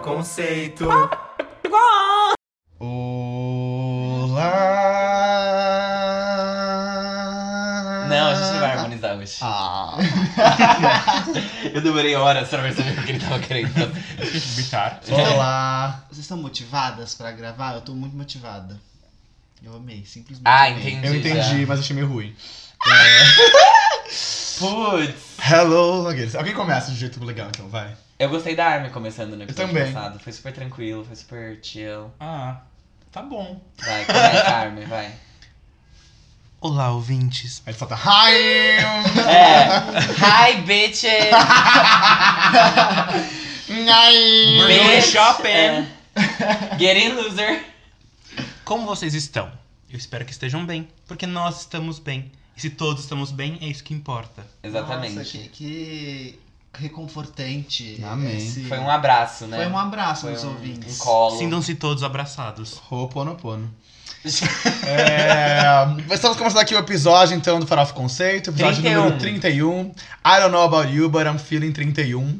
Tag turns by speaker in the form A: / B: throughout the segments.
A: conceito.
B: Olá!
A: Não, a gente não vai harmonizar hoje.
B: Ah,
A: Eu demorei horas pra perceber o que ele tava querendo bitar.
B: olá!
C: Vocês estão motivadas pra gravar? Eu tô muito motivada. Eu amei, simplesmente.
A: Ah,
C: amei.
A: entendi.
B: Eu entendi, mas achei meio ruim. É.
A: Putz,
B: Hello, Lagueiros. Alguém começa de um jeito legal, então, vai.
A: eu gostei da arma começando no episódio
B: também.
A: passado. Foi super tranquilo, foi super chill.
D: Ah, tá bom.
A: Vai, começa a arma, vai.
D: Olá, ouvintes.
B: Aí ele solta Hi!
A: É. Hi, bitches!
B: Nai!
D: We're going shopping.
A: É. Get in, loser!
D: Como vocês estão? Eu espero que estejam bem, porque nós estamos bem. E se todos estamos bem, é isso que importa.
A: Exatamente.
C: Nossa, que, que reconfortante.
B: Amém.
C: esse-
A: Foi um abraço, né?
C: Foi um abraço
A: Foi
C: nos
A: um-
C: ouvintes.
A: Um colo.
D: Sintam-se todos abraçados.
B: Ho'oponopono. É, estamos começando aqui o episódio, então, do Farofa Conceito. Episódio
A: 31.
B: número 31. I don't know about you, but I'm feeling 31.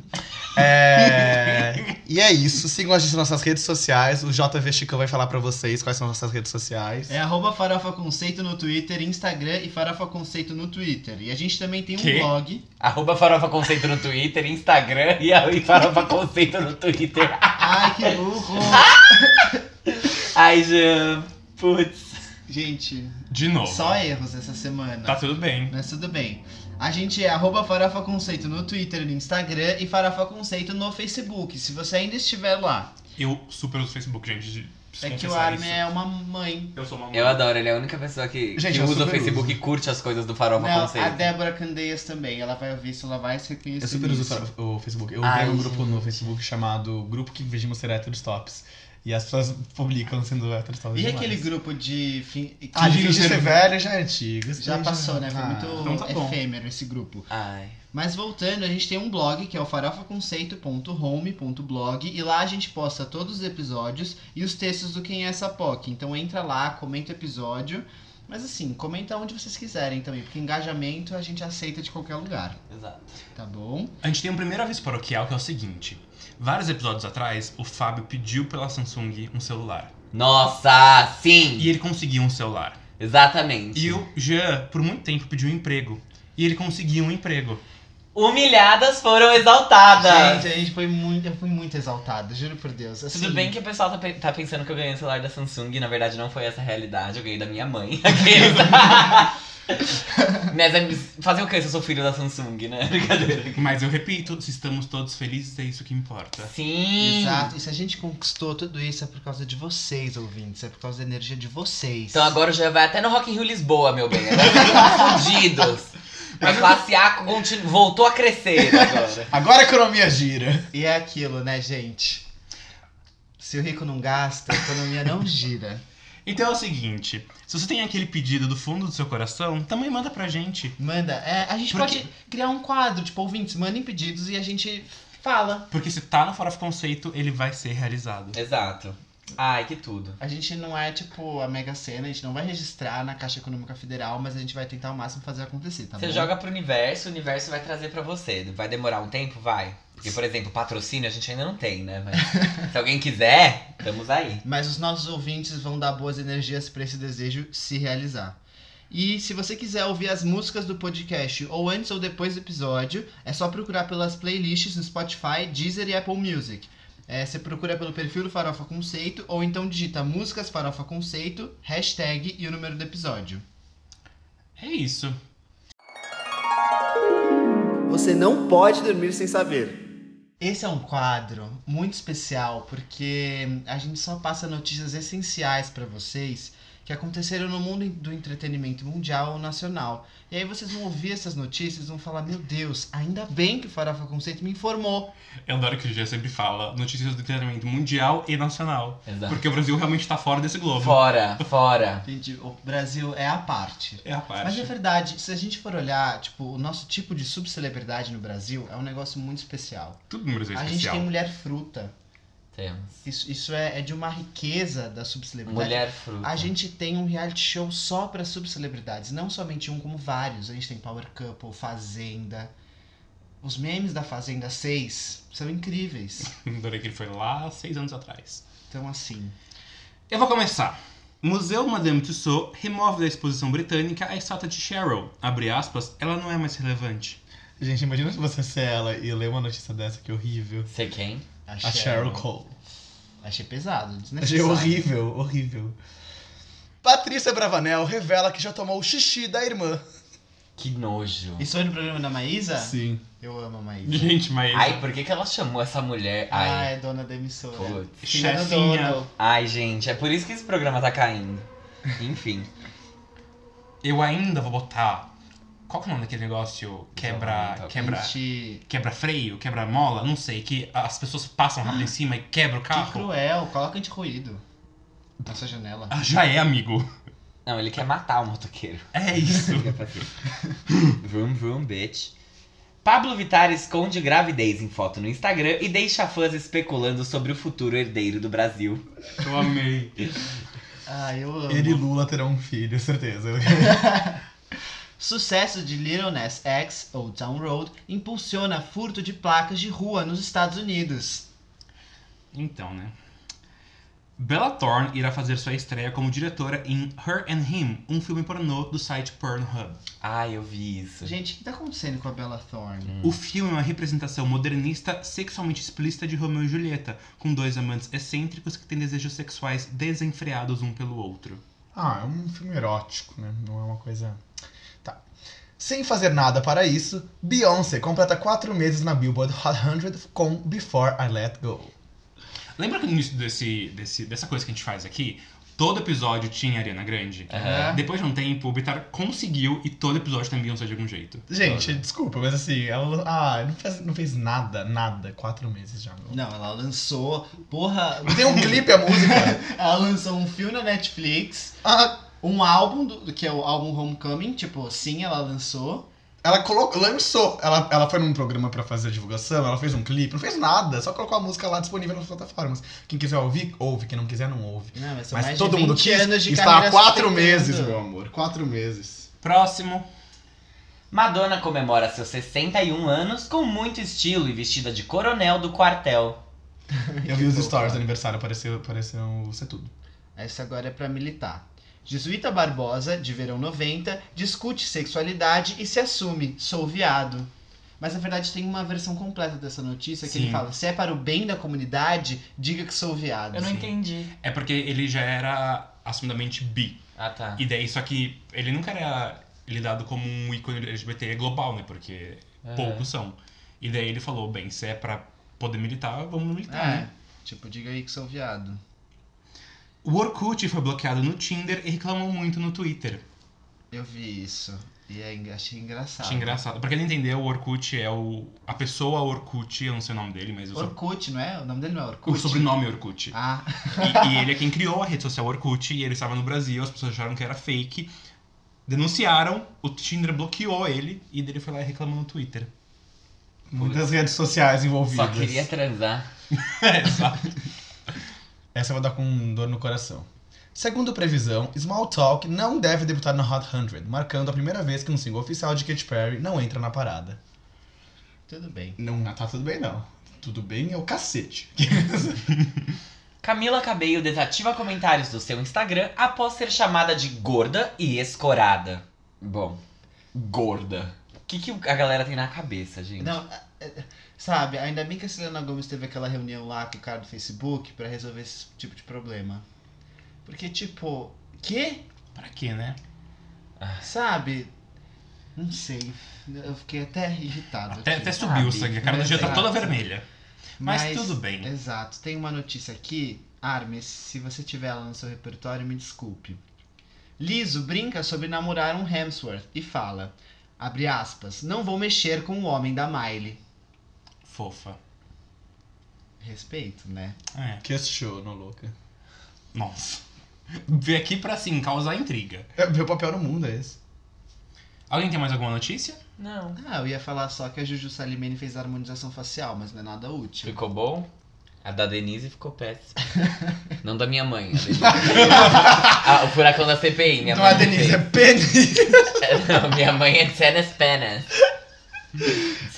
B: É, e é isso. Sigam a gente nas nossas redes sociais. O JV Chicão vai falar pra vocês quais são as nossas redes sociais.
C: É arroba Farofa Conceito no Twitter, Instagram e Farofa Conceito no Twitter. E a gente também tem um
D: Que?
C: blog.
A: Arroba Farofa Conceito no Twitter, Instagram e aí Farofa Conceito no Twitter.
C: Ai, que burro!
A: Ai, Jean. Putz.
C: gente,
D: De novo. Tá
C: só erros essa semana.
D: tudo bem.
C: Mas tudo bem. A gente é arroba Farofa Conceito no Twitter, no Instagram e Farofa Conceito no Facebook, se você ainda estiver lá.
D: Eu super uso Facebook, gente. de- preciso
C: É que o
D: confessar
C: Armin
D: isso.
C: é uma mãe.
D: Eu sou uma
A: Eu adoro, ele é a única pessoa que,
B: Gente,
A: que
B: eu
A: usa o
B: super
A: Facebook
B: uso.
A: e curte as coisas do Farofa
C: Não,
A: É Conceito.
C: a Débora Candeias também. Ela vai ouvir isso, ela vai se reconhecer.
B: Eu super uso o
C: nisso.
B: Farofa- o Facebook. Eu
A: Ai,
B: criei um grupo
A: gente.
B: no Facebook chamado Grupo que Vigimos Ser Héteros Tops. E as pessoas publicam sendo héteros tops
C: E
B: demais.
C: aquele grupo de. Fin... que
B: Ah, de
C: finge
B: ser
C: ser-
B: velho já é antigo. isso
C: Já
B: daí
C: passou, né? Foi
B: Ah.
C: muito
D: então tá bom.
C: efêmero esse grupo.
A: Ai.
C: Mas voltando, a gente tem um blog que é o farofaconceito.home.blog e lá a gente posta todos os episódios e os textos do Quem é essa POC. Então entra lá, comenta o episódio. Mas assim, comenta onde vocês quiserem também, porque engajamento a gente aceita de qualquer lugar,
A: Exato.
C: tá bom?
D: A gente tem um primeiro aviso paroquial que é o seguinte. Vários episódios atrás, o Fábio pediu pela Samsung um celular.
A: Nossa, sim!
D: E ele conseguiu um celular.
A: Exatamente.
D: E o Jean, por muito tempo, pediu um emprego. E ele conseguiu um emprego.
A: Humilhadas foram exaltadas!
C: Gente, a gente foi muito, eu fui muito exaltado, juro por Deus. Assim,
A: Tudo bem que o pessoal tá, pe- tá pensando que eu ganhei o celular da Samsung, e na verdade não foi essa a realidade, eu ganhei da minha mãe. Aqueles. Mas é- fazer o que se eu sou filho da Samsung, né? Brincadeira.
D: Mas eu repito, se estamos todos felizes, é isso que importa.
A: Sim!
C: Exato, e se a gente conquistou tudo isso é por causa de vocês, ouvintes, é por causa da energia de vocês.
A: Então agora já vai até no Rock in Rio Lisboa, meu bem. Agora estamos fudidos. A classe A continu- voltou a crescer agora.
B: Agora a economia gira.
C: E é aquilo, né, gente? Se o rico não gasta, a economia não gira.
D: Então é o seguinte, se você tem aquele pedido do fundo do seu coração, também manda pra gente.
C: Manda, é, a gente
D: Por
C: pode criar um quadro, tipo, ouvintes, mandem pedidos e a gente fala.
D: Porque se tá no Farofa Conceito, ele vai ser realizado.
A: Exato. Ai, que tudo.
C: A gente não é, tipo, a Mega Sena, a gente não vai registrar na Caixa Econômica Federal, mas a gente vai tentar ao máximo fazer acontecer, tá
A: você
C: bom?
A: joga pro universo, o universo vai trazer pra você. Vai demorar um tempo? Vai. Porque, por exemplo, patrocínio a gente ainda não tem, né? Mas se alguém quiser, estamos aí.
C: Mas os nossos ouvintes vão dar boas energias pra esse desejo se realizar. E se você quiser ouvir as músicas do podcast ou antes ou depois do episódio, é só procurar pelas playlists no Spotify, Deezer e Apple Music. É, você procura pelo perfil do Farofa Conceito ou então digita músicas Farofa Conceito, hashtag e o número do episódio.
D: É isso.
E: Você não pode dormir sem saber.
C: Esse é um quadro muito especial porque a gente só passa notícias essenciais pra vocês que aconteceram no mundo do entretenimento mundial ou nacional. E aí vocês vão ouvir essas notícias e vão falar: Meu Deus, ainda bem que o Farofa Conceito me informou.
D: Eu adoro que o Jean sempre fala notícias do treinamento mundial e nacional.
A: Exato.
D: Porque o Brasil realmente tá fora desse globo.
A: Fora, fora.
C: Gente, o Brasil é a parte.
D: É a
C: Mas é
D: parte.
C: verdade, se a gente for olhar, tipo, o nosso tipo de subcelebridade no Brasil é um negócio muito especial.
D: Tudo no Brasil é
C: A gente
D: especial.
C: tem mulher fruta.
A: Temos.
C: Isso, isso é, é de uma riqueza da subcelebridade.
A: Mulher fruta.
C: A gente tem um reality show só pra subcelebridades, não somente um, como vários. A gente tem Power Couple, Fazenda. Os memes da Fazenda 6 são incríveis.
D: Adorei que ele foi lá seis anos atrás.
C: Então, assim.
D: Eu vou começar. Museu Madame Tussauds remove da exposição britânica a estátua de Cheryl. Abre aspas, ela não é mais relevante.
B: Gente, imagina se você ser ela e ler uma notícia dessa que horrível.
A: Sei quem?
B: A Cheryl Cole.
C: Achei pesado,
B: Achei
C: desnecessário.
B: horrível, horrível. Patrícia Bravanel revela que já tomou o xixi da irmã.
A: Que nojo.
C: Isso foi no programa da Maísa?
B: Sim.
C: Eu amo a Maísa.
D: Gente, mas.
A: Ai, por que, que ela chamou essa mulher?
C: Ah,
A: Ai.
C: é dona da emissora.
A: Putz.
C: Filha do
D: Chefinha.
C: dono.
A: Ai, gente, é por isso que esse programa tá caindo. Enfim.
D: Eu ainda vou botar. Qual que é o nome daquele negócio? Quebra.
A: Isolamento
D: Quebra.
C: Gente,
D: Quebra freio, quebra mola, não sei, que as pessoas passam rápido em cima e quebra o
C: que
D: carro.
C: cruel. Coloca anti-ruído na sua janela.
D: Ah, já é, amigo.
A: Não, ele quer matar o motoqueiro.
D: É isso.
A: Fica pra quê? vroom, vroom, bitch. Pablo Vittar esconde gravidez em foto no Instagram e deixa fãs especulando sobre o futuro herdeiro do Brasil.
D: Eu amei.
C: Ah, eu amo.
B: Ele e Lula terão um filho, certeza.
C: Sucesso de Little Nas X, ou Town Road, impulsiona furto de placas de rua nos Estados Unidos.
D: Então, né? Bella Thorne irá fazer sua estreia como diretora em Her and Him, um filme pornô do site Pornhub.
A: Ai, eu vi isso.
C: Gente, o que tá acontecendo com a Bella Thorne?
B: Hum.
D: O filme é uma representação modernista sexualmente explícita de Romeu e Julieta, com dois amantes excêntricos que têm desejos sexuais desenfreados um pelo outro.
B: Ah, é um filme erótico, né? Não é uma coisa. Tá. Sem fazer nada para isso, Beyoncé completa quatro meses na Billboard Hot 100 com Before I Let Go.
D: Lembra que no início desse, desse- dessa coisa que a gente faz aqui, todo episódio tinha Ariana Grande?
C: É.
B: É.
A: Aham.
D: Depois de um tempo, o Bitar conseguiu e todo episódio tem Beyoncé de algum jeito.
B: Gente, desculpa, mas assim, ela ah, não, fez, não fez nada, nada, quatro meses já. Não.
C: Não, ela lançou. Porra,
B: Tem um clipe a música.
C: ela lançou um filme na Netflix,
B: Ah,
C: um álbum, do, que é o álbum Homecoming, tipo, sim, ela lançou.
B: ela colocou, lançou. Ela, ela foi num programa pra fazer divulgação, ela fez um clipe, não fez nada, só colocou a música lá disponível nas plataformas. Quem quiser ouvir, ouve. Quem não quiser, não ouve.
C: Não, né, mas são
B: Mas
C: mais
B: todo
C: de 20
B: mundo quis.
C: anos de
B: está
C: carreira
B: há quatro
C: sustentando.
B: meses, meu amor. Quatro meses.
D: Próximo.
A: Madonna comemora seus 61 anos com muito estilo e vestida de coronel do quartel.
B: Eu vi os stories do aniversário, pareceu, pareceu ser tudo.
C: Essa agora é pra militar. Jesuíta Barbosa, de verão 90, discute sexualidade e se assume, sou viado. Mas na verdade tem uma versão completa dessa notícia que
D: Sim.
C: ele fala: se é para o bem da comunidade, diga que sou viado.
A: Eu não
D: Sim.
A: entendi.
D: É porque ele já era assumidamente bi.
A: Ah, tá.
D: E daí, só que ele nunca era lidado como um ícone LGBT global, né? Porque
A: Aham.
D: poucos são. E daí ele falou, bem, se é pra poder militar, vamos militar,
C: É,
D: né?
C: tipo, diga aí que sou viado.
D: O Orkut foi bloqueado no Tinder e reclamou muito no Twitter.
C: Eu vi isso. E é en- achei engraçado.
D: Achei engraçado. Pra quem não entendeu, o Orkut é o... A pessoa Orkut, eu não sei o nome dele, mas... O, so-
C: Orkut, não é? O nome dele não é Orkut?
D: o sobrenome é Orkut.
C: Ah,
D: E, e ele é quem criou a rede social Orkut e ele estava no Brasil, as pessoas acharam que era fake. Denunciaram, o Tinder bloqueou ele e daí ele foi lá e reclamou no Twitter.
B: Muitas redes sociais envolvidas.
A: Só queria transar.
D: Exato.
B: Essa eu vou dar com dor no coração. Segundo previsão, Small Talk não deve debutar na Hot 100, marcando a primeira vez que um single oficial de Katy Perry não entra na parada.
C: tudo bem.
B: Não tá tudo bem, não. Tudo bem é o cacete.
A: Camila Cabello desativa comentários do seu Instagram após ser chamada de gorda e escorada. Bom, gorda. O que, que a galera tem na cabeça, gente?
C: Não, é, é, sabe, ainda bem que a Selena Gomes teve aquela reunião lá com o cara do Facebook pra resolver esse tipo de problema. Porque, tipo, quê?
D: pra quê, né?
C: Sabe? Não sei. Eu fiquei até irritado.
D: Até,
C: aqui,
D: até
C: sabe?
D: subiu o sangue, a cara do dia tá
C: Exato.
D: toda vermelha. mas tudo bem.
C: Exato. Tem uma notícia aqui. Armes, se você tiver ela no seu repertório, me desculpe. Liso brinca sobre namorar um Hemsworth e fala, abre aspas, não vou mexer com o homem da Miley.
D: Fofa.
C: Respeito, né?
D: É.
B: Questiono, louca.
D: Nossa. Veio aqui pra, assim, causar intriga.
B: É, Meu papel no mundo é esse.
D: Alguém tem mais alguma notícia?
A: Não.
C: Ah, eu ia falar só que a Juju Salimene fez a harmonização facial, mas não é nada útil.
A: Ficou bom? A da Denise ficou péssima. Não da minha mãe. a Denise. Ah, o furacão da
D: Então
A: CPI. Minha
B: Não
A: mãe
B: é Denise, é
A: fez.
B: Penny.
A: Não, minha mãe é Senes Penas.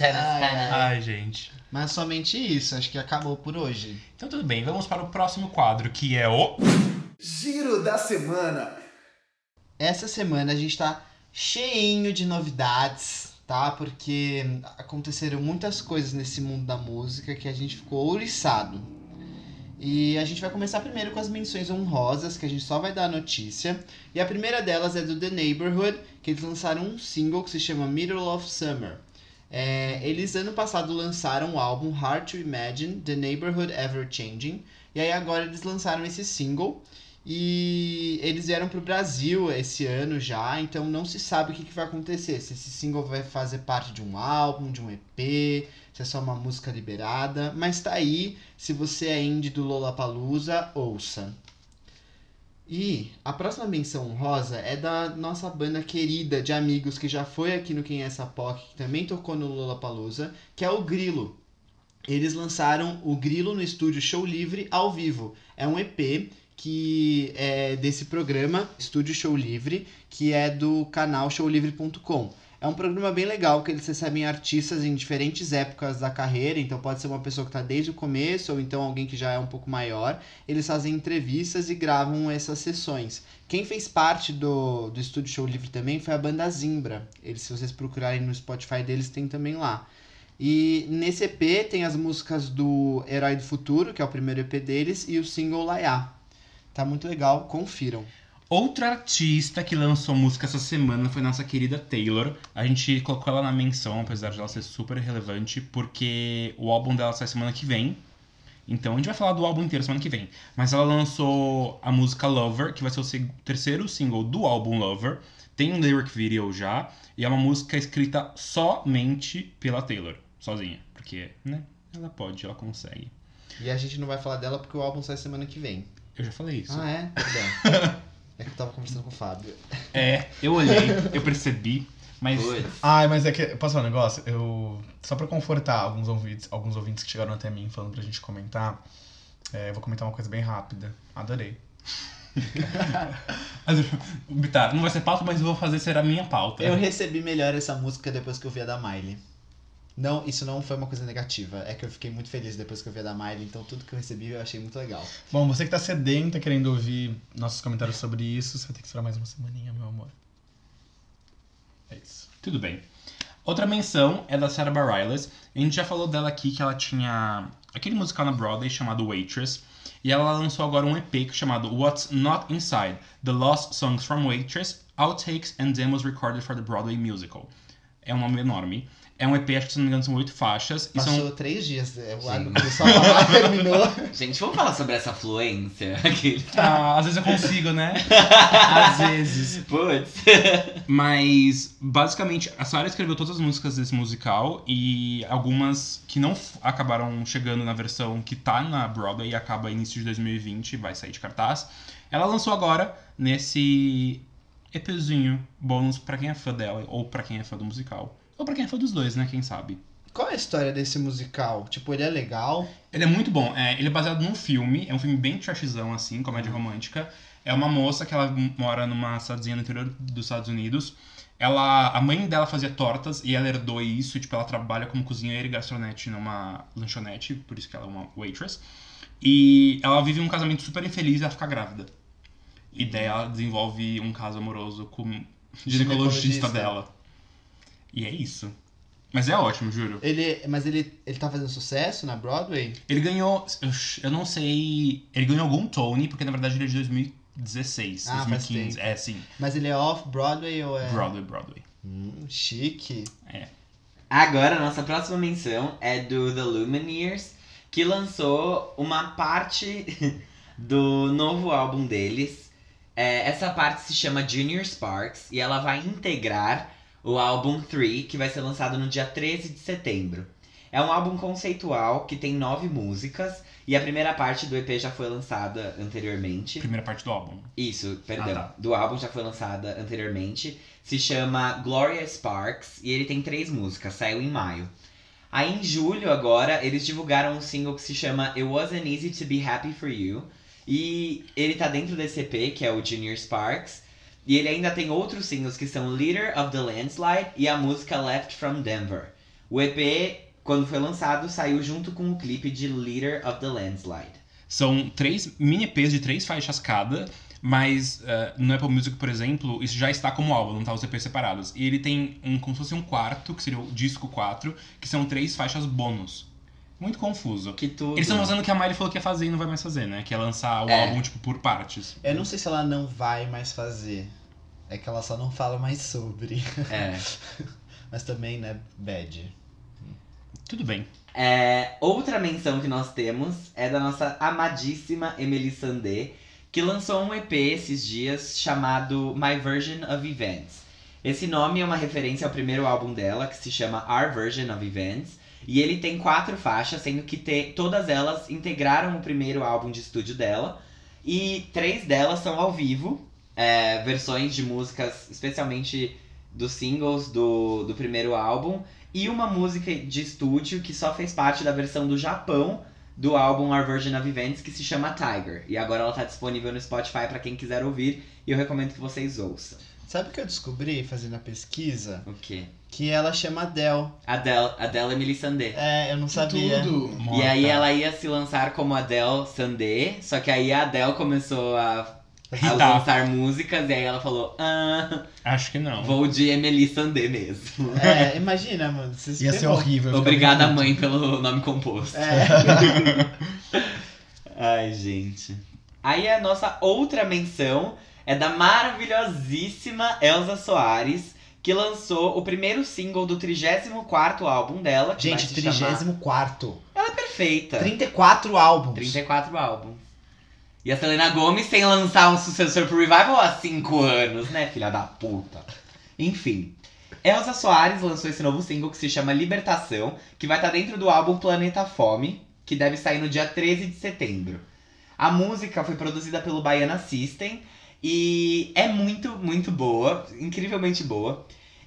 D: Ai, gente.
C: Mas somente isso, acho que acabou por hoje.
D: Então tudo bem, vamos para o próximo quadro, que é o...
F: Giro da semana.
C: Essa semana a gente tá cheinho de novidades, tá? Porque aconteceram muitas coisas nesse mundo da música que a gente ficou ouriçado. E a gente vai começar primeiro com as menções honrosas, que a gente só vai dar a notícia. E a primeira delas é do The Neighborhood, que eles lançaram um single que se chama Middle of Summer. É, eles ano passado lançaram o álbum Hard to Imagine, The Neighborhood Ever Changing. E aí agora eles lançaram esse single. E eles vieram pro Brasil esse ano já, então não se sabe o que, que vai acontecer. Se esse single vai fazer parte de um álbum, de um EP, se é só uma música liberada. Mas tá aí, se você é indie do Lollapalooza, ouça. E a próxima menção honrosa é da nossa banda querida de amigos que já foi aqui no Quem é essa POC, que também tocou no Lollapalooza, que é o Grilo. Eles lançaram o Grilo no estúdio Show Livre ao vivo. É um EP que é desse programa Estúdio Show Livre, que é do canal showlivre.com. É um programa bem legal que eles recebem artistas em diferentes épocas da carreira, então pode ser uma pessoa que está desde o começo ou então alguém que já é um pouco maior. Eles fazem entrevistas e gravam essas sessões. Quem fez parte do, do Estúdio Show Livre também foi a banda Zimbra. Eles, se vocês procurarem no Spotify deles, tem também lá. E nesse EP tem as músicas do Herói do Futuro, que é o primeiro EP deles, e o single Laiá. Tá muito legal, confiram.
D: Outra artista que lançou música essa semana foi nossa querida Taylor. A gente colocou ela na menção, apesar de ela ser super relevante, porque o álbum dela sai semana que vem. Então a gente vai falar do álbum inteiro semana que vem. Mas ela lançou a música Lover, que vai ser o seg- terceiro single do álbum Lover. Tem um lyric video já. E é uma música escrita somente pela Taylor, sozinha. Porque, né? Ela pode, ela consegue.
C: E a gente não vai falar dela porque o álbum sai semana que vem.
D: Eu já falei isso.
C: Ah, é? Tudo bem. É que eu tava conversando com o Fábio.
D: É, eu olhei, eu percebi, mas.
B: Ai, mas é que. Posso falar um negócio? Eu. Só pra confortar alguns ouvintes, alguns ouvintes que chegaram até mim falando pra gente comentar. é, eu vou comentar uma coisa bem rápida. Adorei.
D: Mas, Tá, não vai ser pauta, mas eu vou fazer ser a minha pauta.
C: Eu recebi melhor essa música depois que eu vi a da Miley. Não, isso não foi uma coisa negativa. É que eu fiquei muito feliz depois que eu vi a da Miley, então tudo que eu recebi eu achei muito legal.
B: Bom, você que tá sedenta querendo ouvir nossos comentários sobre isso, você vai ter que esperar mais uma semaninha, meu amor. É isso.
D: Tudo bem. Outra menção é da Sarah Bareilles. A gente já falou dela aqui que ela tinha aquele musical na Broadway chamado Waitress. E ela lançou agora um EP chamado What's Not Inside: The Lost Songs from Waitress, Outtakes and Demos Recorded for the Broadway Musical. É um nome enorme. É um EP, acho que se não me engano, são oito faixas. E
C: Passou
D: são...
C: três dias, é, o
A: Sim.
C: álbum começou a falar, terminou.
A: Gente, vamos falar sobre essa fluência? Aquele.
D: Ah, às vezes eu consigo, né? Às vezes.
A: Putz.
D: Mas, basicamente, a Sarah escreveu todas as músicas desse musical e algumas que não f- acabaram chegando na versão que tá na Broadway e acaba início de 2020 e vai sair de cartaz. Ela lançou agora nesse EPzinho bônus pra quem é fã dela ou pra quem é fã do musical. Ou pra quem é fã dos dois, né? Quem sabe.
C: Qual é a história desse musical? Tipo, ele é legal?
D: Ele é muito bom. É, ele é baseado num filme. É um filme bem trashzão, assim, comédia romântica. É uma moça que ela m- mora numa cidadezinha no interior dos Estados Unidos. Ela, a mãe dela fazia tortas e ela herdou isso. Tipo, ela trabalha como cozinheira e garçonete numa lanchonete. Por isso que ela é uma waitress. E ela vive um casamento super infeliz e ela fica grávida. E daí ela desenvolve um caso amoroso com o ginecologista
C: Ginecologista.
D: dela. E é isso. Mas é ótimo, juro.
C: Ele, mas ele, ele tá fazendo sucesso na Broadway?
D: Ele ganhou. eu- Eu não sei. Ele ganhou algum Tony, porque na verdade ele é de 2016,
C: Ah, faz
D: 2015. É, sim.
C: Mas ele é off-Broadway ou é...
D: Broadway, Broadway.
C: Hum, chique.
A: Agora, nossa próxima menção é do The Lumineers, que lançou uma parte do novo álbum deles. É, essa parte se chama Junior Sparks e ela vai integrar o álbum 3, que vai ser lançado no dia 13 de setembro. É um álbum conceitual que tem nove músicas e a primeira parte do EP já foi lançada anteriormente.
D: Primeira parte do álbum.
A: Isso, perdão.
D: Ah, tá.
A: Do álbum já foi lançada anteriormente. Se chama Gloria Sparks e ele tem três músicas, saiu em maio. Aí em julho agora, eles divulgaram um single que se chama It Wasn't Easy to Be Happy for You. E ele tá dentro desse EP, que é o Junior Sparks. E ele ainda tem outros singles que são Leader of the Landslide e a música Left from Denver. O EP, quando foi lançado, saiu junto com o clipe de Leader of the Landslide.
D: São três mini EPs de três faixas cada, mas eh, no Apple Music, por exemplo, isso já está como álbum, não tá os EPs separados. E ele tem um, como se fosse um quarto, que seria o disco 4, que são três faixas bônus. Muito confuso.
A: Que tudo.
D: Eles estão fazendo o que a Miley falou que ia fazer e não vai mais fazer, né? Que é lançar o
A: É.
D: álbum, tipo, por partes.
C: Eu não sei se ela não vai mais fazer. É que ela só não fala mais sobre.
A: É.
C: Mas também, né, bad.
D: Tudo bem.
A: É, outra menção que nós temos é da nossa amadíssima Emily Sandé, que lançou um EP esses dias chamado My Version of Events. Esse nome é uma referência ao primeiro álbum dela, que se chama Our Version of Events, e ele tem quatro faixas, sendo que te- todas elas integraram o primeiro álbum de estúdio dela, e três delas são ao vivo, é, versões de músicas, especialmente dos singles do, do primeiro álbum, e uma música de estúdio que só fez parte da versão do Japão do álbum Our Version of Events, que se chama Tiger. E agora ela tá disponível no Spotify pra quem quiser ouvir, e eu recomendo que vocês ouçam.
C: Sabe o que eu descobri fazendo a pesquisa?
A: O quê?
C: Que ela chama Adele.
A: Adele, Adele Emily Sandé.
C: É, eu não sabia.
G: Tudo.
A: E
D: Morta.
A: aí ela ia se lançar como Adele Sandé, só que aí a Adele começou a, a
D: Tá,
A: lançar músicas, e aí ela falou, ah,
D: acho que não.
A: vou de Emily Sandé mesmo.
C: É, imagina, mano. Você se
B: Ia ser
C: ferrou.
B: horrível. eu ficava
A: Obrigada,
B: muito-
A: mãe, pelo nome composto.
C: É.
A: Ai, gente. Aí a nossa outra menção é da maravilhosíssima Elza Soares, que lançou o primeiro single do 34º álbum dela, que vai
C: Gente,
A: se
C: 34.
A: chamar... Ela é perfeita.
C: 34 álbuns.
A: 34 álbum. E a Selena Gomes sem lançar um sucessor pro Revival há 5 anos, né, filha da puta? Enfim. Elza Soares lançou esse novo single que se chama Libertação, que vai estar dentro do álbum Planeta Fome, que deve sair no dia 13 de setembro. A música foi produzida pelo Baiana System e é muito, muito boa, incrivelmente boa.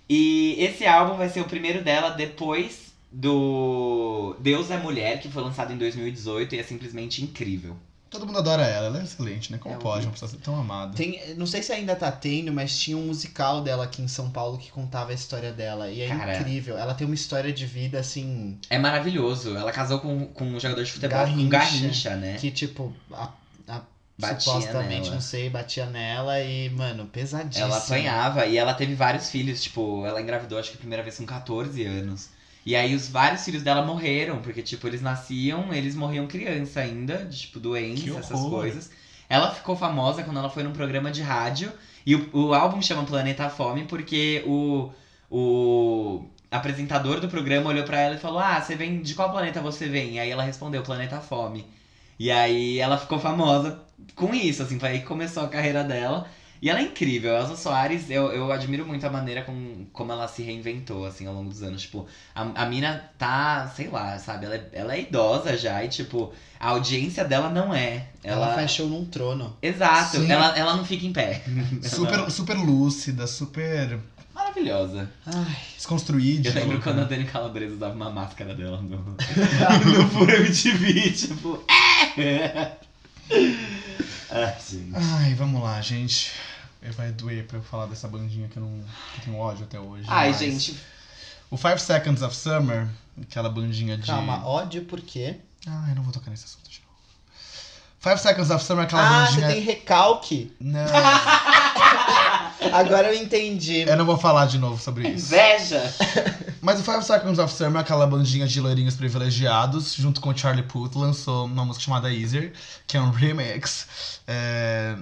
A: E esse álbum vai ser o primeiro dela depois do Deus é Mulher, que foi lançado em 2018 e é simplesmente incrível.
B: Todo mundo adora ela, ela é excelente, né? Como
A: É
B: pode? Não precisa ser tão amada.
C: Tem, não sei se ainda tá tendo, mas tinha um musical dela aqui em São Paulo que contava a história dela. E é
A: Cara.
C: incrível. Ela tem uma história de vida, assim,
A: É maravilhoso. Ela casou com, com um jogador de futebol, com
C: Garrincha.
A: Garrincha,
B: É.
A: né?
C: que, tipo, a- a-
A: Batia
C: supostamente,
A: nela.
C: não sei, batia nela e, mano, pesadíssimo.
A: Ela apanhava e ela teve vários filhos. Tipo, ela engravidou, acho que a primeira vez com 14 anos. E aí os vários filhos dela morreram, porque, tipo, eles nasciam, eles morriam criança ainda, de, tipo,
D: Que
A: doença, essas
D: horror.
A: coisas. Ela ficou famosa quando ela foi num programa de rádio. E o, o álbum chama Planeta Fome porque o, o apresentador do programa olhou pra ela e falou: Ah, você vem. De qual planeta você vem? E aí ela respondeu: Planeta Fome. E aí ela ficou famosa com isso, assim, foi aí que começou a carreira dela. E ela é incrível, a Elsa Soares, eu, eu admiro muito a maneira com, como ela se reinventou, assim, ao longo dos anos. Tipo, a, a mina tá, sei lá, sabe, ela é, ela é idosa já, e tipo, a audiência dela não é.
C: Ela,
A: Ela,
C: fechou num trono.
A: Exato,
B: Sim.
A: ela, ela não fica em pé.
B: Super, super lúcida, super
A: Maravilhosa.
C: Ai,
B: desconstruída.
A: Eu lembro quando a Dani Calabresa usava uma máscara dela no, no Puro MTV, tipo. É! Ai, gente.
B: Ai, vamos lá, gente. Eh, Vai doer pra eu falar dessa bandinha que eu não que eu tenho ódio até hoje.
A: Ai,
B: mas-
A: gente.
B: O Five Seconds of Summer, aquela bandinha de.
C: calma, ódio por quê?
B: Ah, eu não vou tocar nesse assunto de novo. Five Seconds of Summer, é aquela
C: Ah, você
B: bandinha.
C: tem recalque?
B: Não,
C: Agora eu entendi.
B: eu não vou falar de novo sobre isso.
A: Inveja!
B: Mas o Five Seconds of Summer, aquela bandinha de loirinhos privilegiados, junto com o Charlie Puth, lançou uma música chamada Easier, que é um remix. É,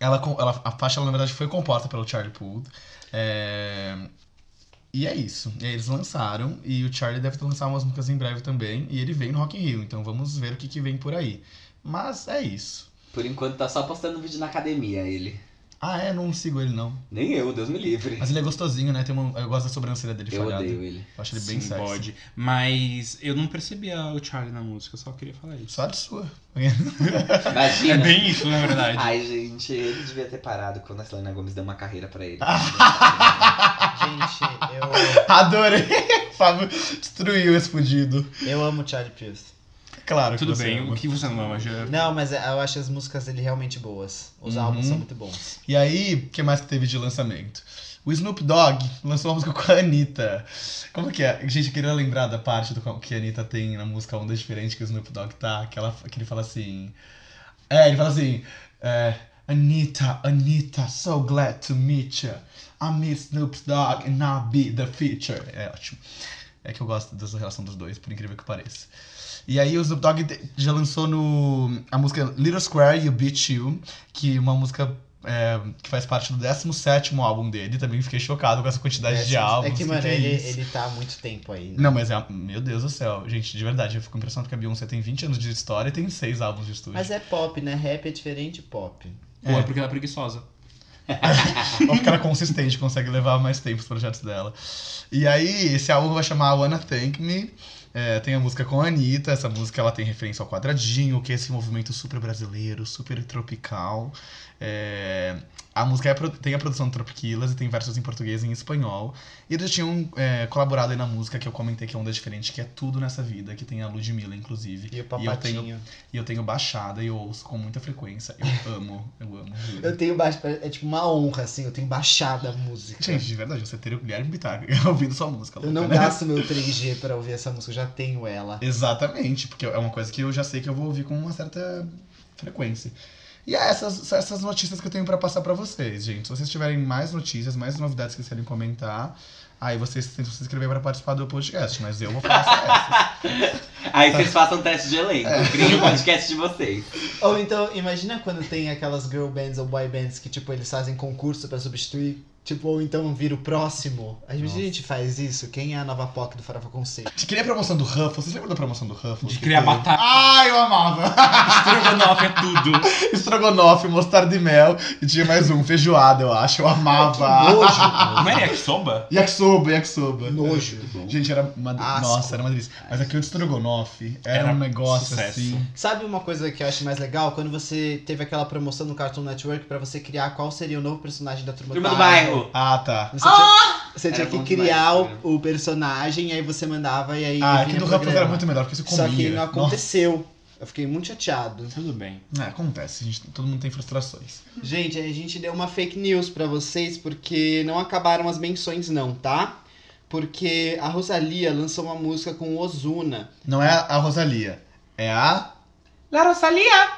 B: Ela, com- ela, a faixa, ela, na verdade, foi composta pelo Charlie Puth. É, E é isso. E aí eles lançaram, e o Charlie deve lançar umas músicas em breve também, e ele vem no Rock in Rio, então vamos ver o que, que vem por aí. Mas é isso.
A: Por enquanto tá só postando vídeo na academia ele.
B: Ah, é, não sigo ele não.
A: Nem eu, Deus me livre.
B: Mas ele é gostosinho, né? Tem uma, eu gosto da sobrancelha dele
A: Eu
B: falhada.
A: odeio ele.
B: Eu acho ele bem
D: Sim,
B: sexy.
D: pode. é Mas eu não percebia o Charlie na música, eu só queria falar isso.
B: Só de sua.
D: É
A: Imagina.
D: bem isso, na verdade.
A: Ai, gente, ele devia ter parado quando a Selena Gomes deu uma carreira pra ele.
C: Gente,
B: Adorei! Fábio destruiu esse fudido.
C: eu, eu amo Charlie Puth.
B: Claro que
D: Tudo
B: você
D: bem,
B: ama.
D: o que você não ama, é Jean?
C: Não, mas é, eu acho as músicas dele realmente boas. Os
B: Uhum.
C: álbuns são muito bons.
B: E aí, o que mais que teve de lançamento? O Snoop Dogg lançou uma música com a Anitta. Como que é? Gente, eu queria lembrar da parte do qual- que a Anitta tem na música Onda Diferente que o Snoop Dogg tá, que, ela, que ele fala assim. É, ele fala assim. É, Anitta, Anitta, so glad to meet you. I miss Snoop Dogg and I'll be the future. É ótimo. É que eu gosto dessa relação dos dois, por incrível que pareça. E aí o Snoop Dogg te- já lançou no a música Little Square You Beat You, que é uma música é, que faz parte do 17 álbum dele. Também fiquei chocado com essa quantidade de álbuns.
C: É que, mano,
B: é
C: ele,
B: isso?
C: ele tá há muito tempo aí. né?
B: Não, mas é. a- Meu Deus do céu. Gente, de verdade, eu fico impressionado que a Beyoncé tem 20 anos de história e tem 6 álbuns de estúdio.
C: Mas é pop, né? Rap é diferente de pop.
D: Ou é porque ela é preguiçosa.
B: Ou porque ela é consistente, consegue levar mais tempo os projetos dela. E aí, esse álbum vai chamar Wanna Thank Me. É, tem a música com a Anitta, essa música ela tem referência ao quadradinho, que é esse movimento super brasileiro, super tropical. É, a música é pro- tem a produção do Tropiquilas e tem versos em português e em espanhol. E eles tinham é, colaborado aí na música que eu comentei que é onda diferente, que é tudo nessa vida, que tem a Ludmilla, inclusive.
C: E o
B: eu tenho
C: papatinho.
B: E eu tenho baixada e eu ouço com muita frequência. Eu amo, eu amo. juro.
C: Eu tenho baixo, é tipo uma honra, assim, eu tenho baixada a música.
B: Gente, de verdade, você teria o Guilherme Bittar ouvindo sua música.
C: Eu
B: louca,
C: não
B: né?
C: gasto meu 3G pra ouvir essa música, eu já tenho ela.
B: Exatamente, porque é uma coisa que eu já sei que eu vou ouvir com uma certa frequência. E é essas, são essas notícias que eu tenho pra passar pra vocês, gente. Se vocês tiverem mais notícias, mais novidades que vocês querem comentar, aí vocês tentam se inscrever pra participar do podcast, mas eu vou falar só essas.
A: Aí vocês façam um teste de elenco. Criem o podcast de vocês.
C: Ou então, imagina quando tem aquelas girl bands ou boy bands que, tipo, eles fazem concurso pra substituir, tipo, ou então vir o próximo. A gente, a gente faz isso. Quem é a nova POC do Farofa Conceito?
B: De criar a promoção do Ruffles, vocês lembram da promoção do Ruffles?
D: De
B: que
D: criar
B: teve?
D: batata.
B: Ah, eu amava!
D: Estrogonofe é tudo.
B: Estrogonofe, mostarda e mel, e tinha mais um, feijoada, eu acho. Eu amava!
D: Não era yakisoba?
B: Yakisoba, yakisoba.
C: Nojo.
B: Gente, era uma
C: Asco.
B: Nossa, era uma delícia. Mas aquele de estrogonofe era,
D: Era
B: um negócio
D: sucesso.
B: assim.
C: Sabe uma coisa que eu acho mais legal? Quando você teve aquela promoção no Cartoon Network pra você criar qual seria o novo personagem da Turma,
A: Turma do bairro.
B: Ah, tá.
C: Você tinha, você
A: Era
C: tinha que
A: bom
C: criar
A: demais,
C: o, o personagem, e aí você mandava e aí.
B: Ah,
C: vinha
B: aquele do
C: o
B: Rafa era
C: programa.
B: muito melhor, porque você comia.
C: é Só que não
B: Nossa.
C: aconteceu. Eu fiquei muito chateado.
D: Tudo bem.
B: É, acontece, gente, todo mundo tem frustrações.
C: Gente, a gente deu uma fake news pra vocês porque não acabaram as menções não, tá? Porque a Rosalia lançou uma música com o Ozuna.
B: Não é a Rosalia, é a.
A: La Rosalia.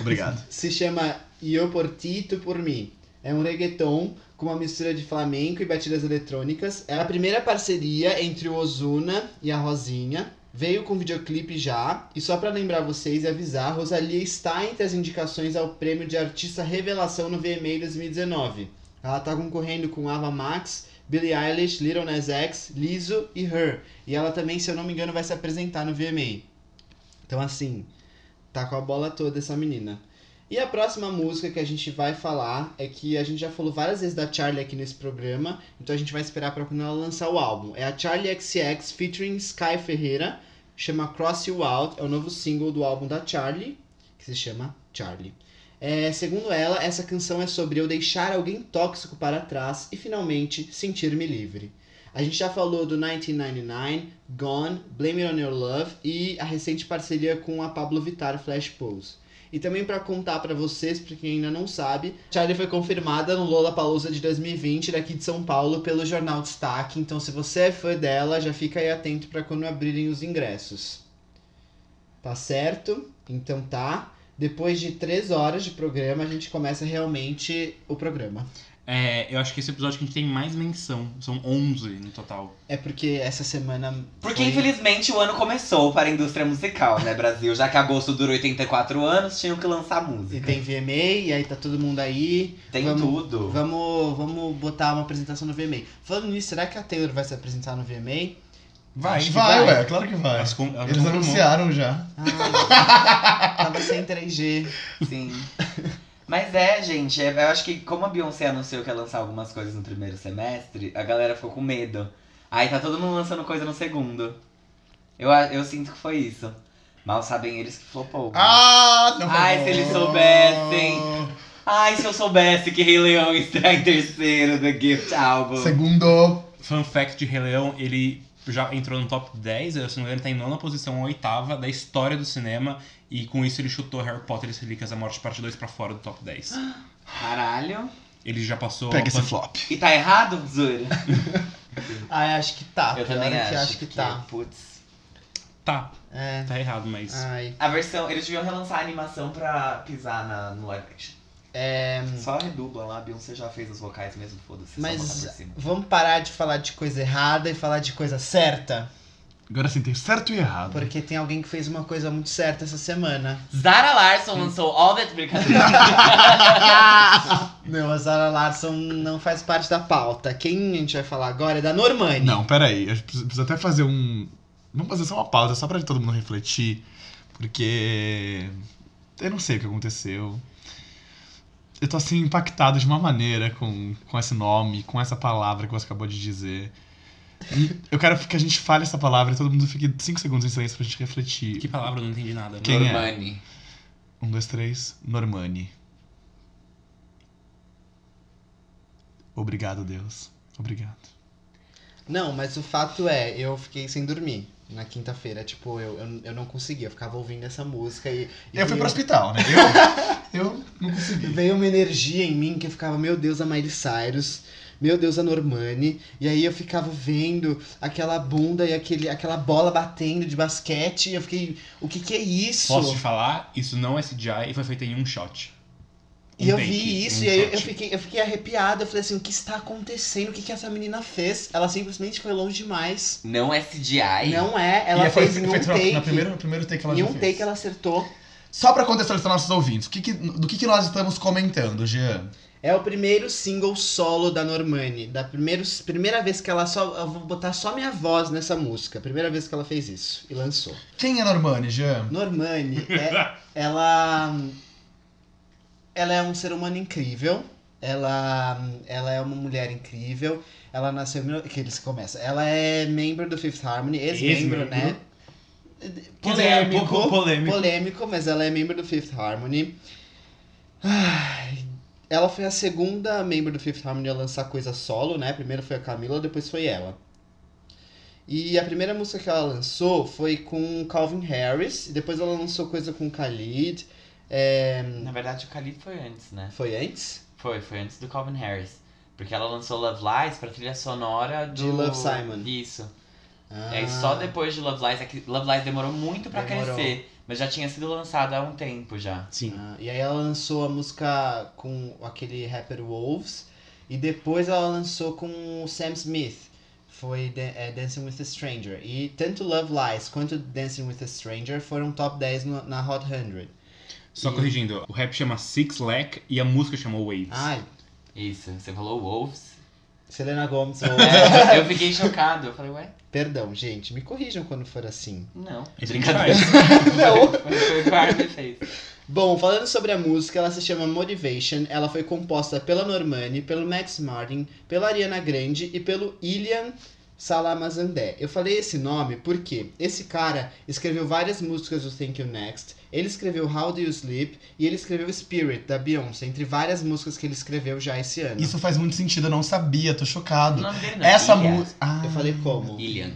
B: Obrigado.
C: Se chama Eu Por Ti, Tu Por Mim. É um reggaeton com uma mistura de flamenco e batidas eletrônicas. É a primeira parceria entre o Ozuna e a Rosinha. Veio com videoclipe já. E só pra lembrar vocês e avisar, a Rosalia está entre as indicações ao prêmio de artista revelação no VMA 2019. Ela tá concorrendo com Ava Max, Billie Eilish, Little Nas X, Lizzo e Her. E ela também, se eu não me engano, vai se apresentar no VMA. Então assim, tá com a bola toda essa menina. E a próxima música que a gente vai falar é que a gente já falou várias vezes da Charlie aqui nesse programa, então a gente vai esperar pra quando ela lançar o álbum. É a Charlie XX featuring Sky Ferreira, chama Cross You Out, é o novo single do álbum da Charlie, que se chama Charlie. É, segundo ela, essa canção é sobre eu deixar alguém tóxico para trás e finalmente sentir-me livre. A gente já falou do 1999, Gone, Blame It On Your Love e a recente parceria com a Pablo Vittar Flash Pose. E também pra contar pra vocês, pra quem ainda não sabe, Charlie foi confirmada no Lollapalooza de 2020 daqui de São Paulo pelo jornal Destaque. Então, se você é fã dela, já fica aí atento pra quando abrirem os ingressos. Tá certo? Então tá. Depois de três horas de programa, a gente começa realmente o programa.
D: É, eu acho que esse episódio que a gente tem mais menção. São 11 no total.
C: É porque essa semana.
A: Porque
C: foi-
A: infelizmente o ano começou para a indústria musical, né, Brasil? Já que agosto durou 84 anos, tinham que lançar
C: E
A: música.
C: tem VMA, e aí tá todo mundo aí.
A: Tem
C: vamos-
A: tudo.
C: Vamos, vamos botar uma apresentação no VMA. Falando nisso, será que a Taylor vai se apresentar no VMA?
D: Vai,
B: vai,
C: vai.
B: ué, claro que vai.
D: Elas com- elas
B: Eles
D: confirmam.
B: anunciaram já.
C: Ai, Ah, tava sem 3G.
A: Sim. Mas é, gente, é- eu acho que como a Beyoncé anunciou que ia lançar algumas coisas no primeiro semestre, a galera ficou com medo. Aí tá todo mundo lançando coisa no segundo. Eu, a- eu sinto que foi isso. Mal sabem eles que flopou.
B: Ah, não
A: Ai,
B: falou.
A: se eles soubessem. Ai, se eu soubesse que Rei Leão está em terceiro do Gift Album.
B: Segundo.
D: Fun fact de Rei Leão, ele já entrou no top 10, se não me engano, tá em nona posição, ou oitava, da história do cinema. E com isso ele chutou Harry Potter e as Relíquias da Morte parte 2 pra fora do top 10.
A: Caralho.
D: Ele já passou.
B: Pega
D: a
B: esse
D: pan-
B: flop.
A: E tá errado, Zuri?
C: Ah, eu acho que tá.
A: Eu
C: Pior
A: também
C: é
A: acho.
C: que acho que tá.
A: Putz.
D: Tá,
C: É.
D: tá errado, mas.
C: Ai.
A: A versão. Eles deviam relançar a animação pra pisar na, no live action.
C: É,
A: Só redubla lá, a Beyoncé já fez os vocais mesmo, foda-se. só botar por
C: mas
A: cima.
C: vamos parar de falar de coisa errada e falar de coisa certa.
B: Agora sim, tem certo e errado.
C: Porque tem alguém que fez uma coisa muito certa essa semana.
A: Zara Larson lançou All That Brincadeira.
C: Não, a Zara Larson não faz parte da pauta. Quem a gente vai falar agora é da Normani.
B: Não, peraí. A gente precisa precisa até fazer um. Vamos fazer só uma pausa, só pra todo mundo refletir. Porque. Eu não sei o que aconteceu. Eu tô assim impactado de uma maneira com, com esse nome, com essa palavra que você acabou de dizer. E eu quero que a gente fale essa palavra e todo mundo fique 5 segundos em silêncio pra gente refletir.
D: Que palavra? Eu não entendi nada.
B: Quem é?
A: Normani.
B: Um, dois, três. Normani. Obrigado, Deus. Obrigado.
C: Não, mas o fato é, eu fiquei sem dormir na quinta-feira. Tipo, eu, eu, eu não conseguia. Eu ficava ouvindo essa música e. e
B: Eu fui pro hospital, né? Eu, eu não consegui.
C: Veio uma energia em mim que eu ficava, meu Deus, a Miley Cyrus, meu Deus, a Normani. E aí eu ficava vendo aquela bunda e aquele, aquela bola batendo de basquete. E eu fiquei, o que que é isso?
D: Posso te falar? Isso não é CGI e foi feito em um shot. Um
C: E eu
D: take,
C: vi isso
D: um
C: e aí eu-
D: shot.
C: eu fiquei, eu fiquei arrepiada. Eu falei assim, o que está acontecendo? O que que essa menina fez? Ela simplesmente foi longe demais.
A: Não é CGI.
C: Não é, ela
B: E foi
C: fez em um
B: feito na-
C: take.
B: na primeira- no primeiro take que ela
C: em
B: já
C: um
B: fez.
C: take ela acertou.
B: Só pra contextualizar nossos ouvintes, o que que- do que, que nós estamos comentando, Jean?
C: É o primeiro single solo da Normani. Da primeiro, primeira vez que ela só. Eu vou botar só minha voz nessa música. Primeira vez que ela fez isso e lançou.
B: Quem é Normani, Jean?
C: Normani, é- ela. Ela é um ser humano incrível. Ela, ela é uma mulher incrível. Ela nasceu. em mil- Que eles começam. Ela é membro do Fifth Harmony, ex-membro,
D: Ex-membro.
C: né?
D: Quer dizer, é pouco polêmico.
C: polêmico, mas ela é membro do Fifth Harmony. Ai, Ela foi a segunda membro do Fifth Harmony a lançar coisa solo, né? Primeiro foi a Camila, depois foi ela. E a primeira música que ela lançou foi com Calvin Harris, e depois ela lançou coisa com Khalid. É,
A: Hum. Na verdade, o Khalid foi antes, né?
C: Foi antes?
A: Foi, foi antes do Calvin Harris. Porque ela lançou Love Lies pra trilha sonora do...
C: De Love, Simon.
A: Isso.
C: Ah,
A: É, E aí só depois de Love Lies, é que Love Lies demorou muito pra
C: Demorou.
A: crescer. Mas já tinha sido lançada há um tempo já.
D: Sim.
C: Ah, e aí ela lançou a música com aquele rapper Wolves e depois ela lançou com o Sam Smith. Foi Dan- é, Dancing with a Stranger. E tanto Love Lies quanto Dancing with a Stranger foram top 10 no- na Hot 100.
D: Só corrigindo, o rap chama Six Lack e a música chamou Waves.
C: Ai,
A: Isso, você falou Wolves.
C: Selena Gomez. ou-
A: É, eu fiquei chocado. Eu falei, ué?
C: Perdão, gente, me corrijam quando for assim.
A: Não.
D: Isso
A: Brincadeira.
D: que faz.
C: Não.
A: Foi- Foi o que o Armin fez.
C: Bom, falando sobre a música, ela se chama Motivation. Ela foi composta pela Normani, pelo Max Martin, pela Ariana Grande e pelo Ilian Salamazandé. Eu falei esse nome porque esse cara escreveu várias músicas do Thank You Next. Ele escreveu How Do You Sleep e ele escreveu Spirit, da Beyoncé, entre várias músicas que ele escreveu já esse ano.
B: Isso faz muito sentido, eu não sabia, tô
A: O
B: chocado.
A: nome dele não é
B: Essa
A: Ilya.
B: música. Ah,
C: Eu falei como?
A: Ilian.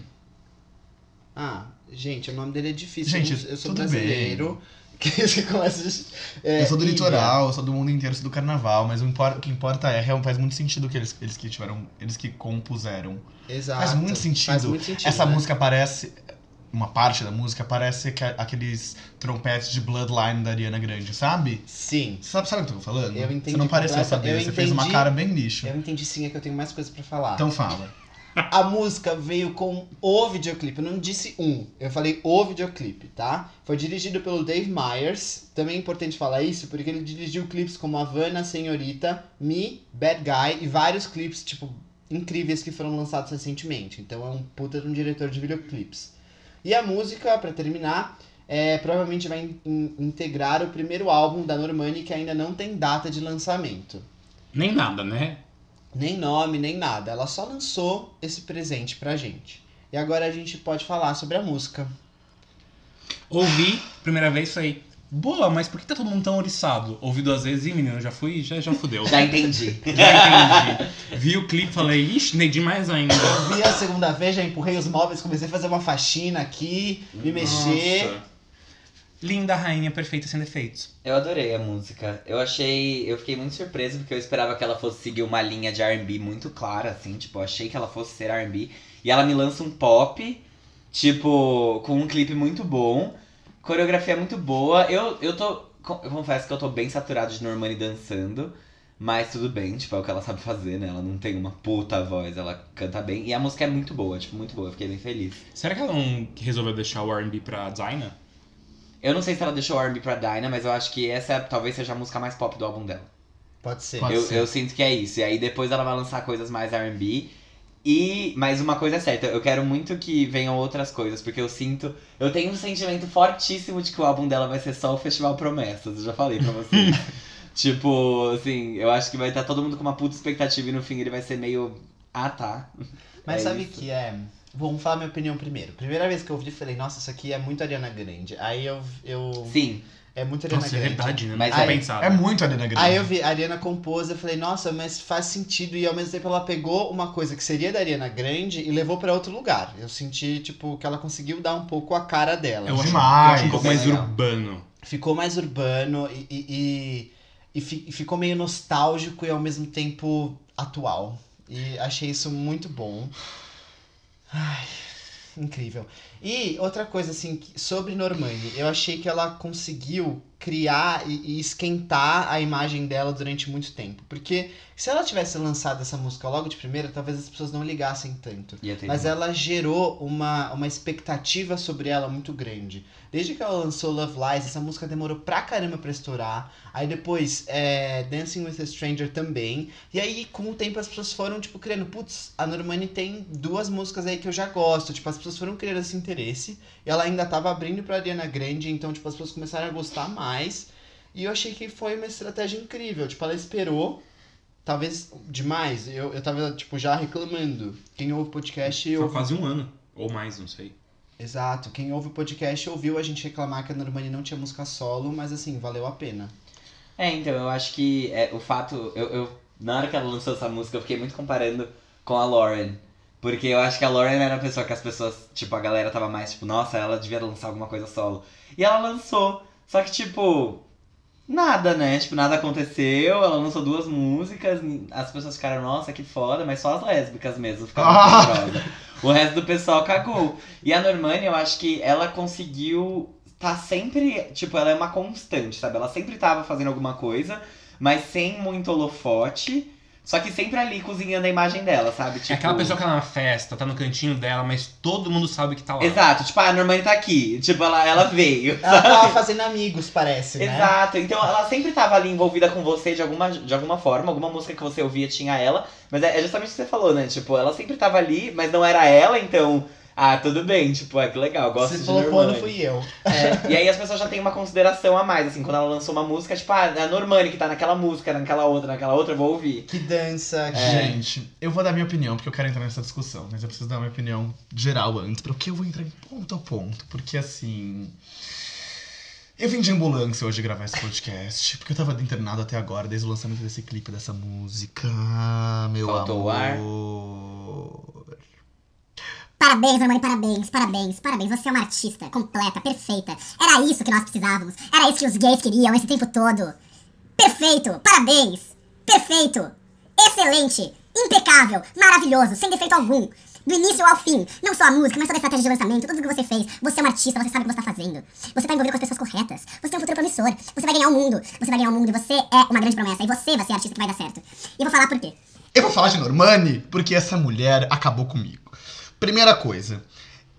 C: Ah, gente, o nome dele é difícil.
B: Gente,
C: eu, não- eu sou
B: tudo
C: brasileiro. Que você começa. É,
B: eu sou do
C: Ilian.
B: litoral, eu sou do mundo inteiro, sou do carnaval, mas o, impor- o que importa é, realmente faz muito sentido que eles, eles que tiveram, eles que compuseram.
C: Exato.
B: Faz muito
C: Faz
B: sentido.
C: muito sentido.
B: Essa
C: né?
B: música parece. Uma parte da música parece que- aqueles trompetes de Bloodline da Ariana Grande, sabe?
C: Sim.
B: Sabe, sabe o que eu tô falando?
C: Eu entendi
B: Você não pareceu
C: completa-
B: saber,
C: eu
B: você fez uma
C: entendi.
B: cara bem lixo.
C: Eu entendi sim, é que eu tenho mais coisa pra falar.
B: Então fala.
C: A música veio com o videoclipe, eu não disse um, eu falei o videoclipe, tá? Foi dirigido pelo Dave Myers, também é importante falar isso, porque ele dirigiu clipes como Havana, Senhorita, Me, Bad Guy e vários clipes, tipo, incríveis que foram lançados recentemente. Então é um puta de um diretor de videoclipes. E a música, pra terminar, é, provavelmente vai in- in- integrar o primeiro álbum da Normani que ainda não tem data de lançamento.
D: Nem nada, né?
C: Nem nome, nem nada. Ela só lançou esse presente pra gente. E agora a gente pode falar sobre a música.
D: Ouvi, primeira vez, falei, boa, mas por que tá todo mundo tão oriçado? Ouvi duas vezes, e menino, já fui, já, já fudeu.
A: Já entendi.
D: Já entendi. Vi o clipe, falei, ixi, entendi mais ainda.
C: Vi a segunda vez, já empurrei os móveis, comecei a fazer uma faxina aqui, me mexer.
D: Nossa. Linda Rainha Perfeita Sem Defeitos.
A: Eu adorei a música. Eu achei. Eu fiquei muito surpresa porque eu esperava que ela fosse seguir uma linha de RB muito clara, assim. Tipo, eu achei que ela fosse ser RB. E ela me lança um pop, tipo, com um clipe muito bom, coreografia muito boa. Eu, eu tô. co- Eu confesso que eu tô bem saturado de Normani dançando. Mas tudo bem, tipo, é o que ela sabe fazer, né? Ela não tem uma puta voz, ela canta bem. E a música é muito boa, tipo, muito boa. Eu fiquei bem feliz.
D: Será que ela não resolveu deixar o R&B pra Dinah?
A: Eu não sei se ela deixou R&B pra Dinah, mas eu acho que essa talvez seja a música mais pop do álbum dela.
C: Pode ser.
B: Pode
A: Eu,
B: ser.
A: eu sinto que é isso. E aí depois ela vai lançar coisas mais R&B. E, mas uma coisa é certa, eu quero muito que venham outras coisas, porque eu sinto. Eu tenho um sentimento fortíssimo de que o álbum dela vai ser só o Festival Promessas, eu já falei pra vocês. tipo, assim, eu acho que vai estar todo mundo com uma puta expectativa e no fim ele vai ser meio. Ah tá.
C: Mas
A: É
C: sabe
A: isso.
C: que é. Vamos falar minha opinião primeiro. Primeira vez que eu ouvi, falei, nossa, isso aqui é muito Ariana Grande. Aí eu. eu
A: Sim,
C: é muito Ariana
D: Nossa, é
C: Grande.
D: verdade, né?
A: Mas
D: Não tinha
A: aí-
D: pensado.
B: É muito Ariana Grande.
C: Aí Ah, eu vi, a Ariana compôs, eu falei, nossa, mas faz sentido. E ao mesmo tempo ela pegou uma coisa que seria da Ariana Grande e levou pra outro lugar. Eu senti, tipo, que ela conseguiu dar um pouco a cara dela.
D: Eu acho,
B: Demais.
D: eu acho um pouco mais
A: Legal.
D: urbano.
C: Ficou mais urbano e, e, e- e fi- e ficou meio nostálgico e ao mesmo tempo atual. E achei isso muito bom. Ai, incrível. E outra coisa, assim, que- sobre Normani, eu achei que ela conseguiu criar e, e esquentar a imagem dela durante muito tempo. Porque se ela tivesse lançado essa música logo de primeira, talvez as pessoas não ligassem tanto.
A: ia ter.
C: Mas ela gerou uma, uma expectativa sobre ela muito grande. Desde que ela lançou Love Lies, essa música demorou pra caramba pra estourar. Aí depois, é, Dancing with a Stranger também. E aí, com o tempo, as pessoas foram, tipo, criando... Putz, a Normani tem duas músicas aí que eu já gosto. Tipo, as pessoas foram criando esse interesse. E ela ainda tava abrindo pra Ariana Grande. Então, tipo, as pessoas começaram a gostar mais. E eu achei que foi uma estratégia incrível. Tipo, ela esperou... Talvez demais, eu, eu tava, tipo, já reclamando. Quem ouve o podcast
D: Foi
C: eu
D: quase um ano. Ou mais, não sei.
C: Exato. Quem ouve o podcast ouviu a gente reclamar que a Normani não tinha música solo, mas assim, valeu a pena.
A: É, então, eu acho que é, o fato. Eu, eu- na hora que ela lançou essa música, eu fiquei muito comparando com a Lauren. Porque eu acho que a Lauren era a pessoa que as pessoas. Tipo, a galera tava mais tipo, nossa, ela devia lançar alguma coisa solo. E ela lançou. Só que, tipo. Nada, né? Tipo, nada aconteceu. Ela lançou duas músicas. n- As pessoas ficaram, nossa, que foda. Mas só as lésbicas mesmo ficaram
B: Ah!
A: tenebrosas. O resto do pessoal cagou. E a Normani, eu acho que ela conseguiu tá sempre, tipo, ela é uma constante, sabe? Ela sempre tava fazendo alguma coisa, mas sem muito holofote, só que sempre ali cozinhando a imagem dela, sabe? Tipo,
D: É aquela pessoa que tá na festa, tá no cantinho dela, mas todo mundo sabe que tá lá.
A: Exato, tipo, ah, a Normani tá aqui, tipo, ela, ela veio.
C: Ela tava fazendo amigos, parece, né?
A: Exato, então ela sempre tava ali envolvida com você de alguma, de alguma forma, alguma música que você ouvia tinha ela, mas é é justamente o que você falou, né? Tipo, ela sempre tava ali, mas não era ela, então, ah, tudo bem, tipo, ah, que legal, gosto
C: Se
A: de
C: falou pô, não
A: Normani.
C: fui eu.
A: É, e aí as pessoas já têm uma consideração a mais, assim, quando ela lançou uma música, tipo, ah, é a Normani que tá naquela música, naquela outra, naquela outra, eu vou ouvir.
C: Que dança,
B: É,
C: que.
B: Gente, eu vou dar minha opinião, porque eu quero entrar nessa discussão, mas eu preciso dar minha opinião geral antes, porque eu vou entrar em ponto a ponto, porque assim. Eu vim de ambulância hoje gravar esse podcast, porque eu tava internado até agora, desde o lançamento desse clipe, dessa música. Meu
A: Faltou o ar?
B: amor.
H: Parabéns, Normani, parabéns, parabéns, parabéns. Você é uma artista completa, perfeita. Era isso que nós precisávamos. Era isso que os gays queriam esse tempo todo. Perfeito, parabéns, perfeito, excelente, impecável, maravilhoso, sem defeito algum. Do início ao fim, não só a música, mas toda a estratégia de lançamento, tudo o que você fez. Você é um artista, você sabe o que você está fazendo. Você tá envolvido com as pessoas corretas. Você tem um futuro promissor. Você vai ganhar o mundo. Você vai ganhar o mundo e você é uma grande promessa. E você vai ser a artista que vai dar certo. E eu vou falar por quê.
B: Eu vou falar de Normani porque essa mulher acabou comigo. Primeira coisa,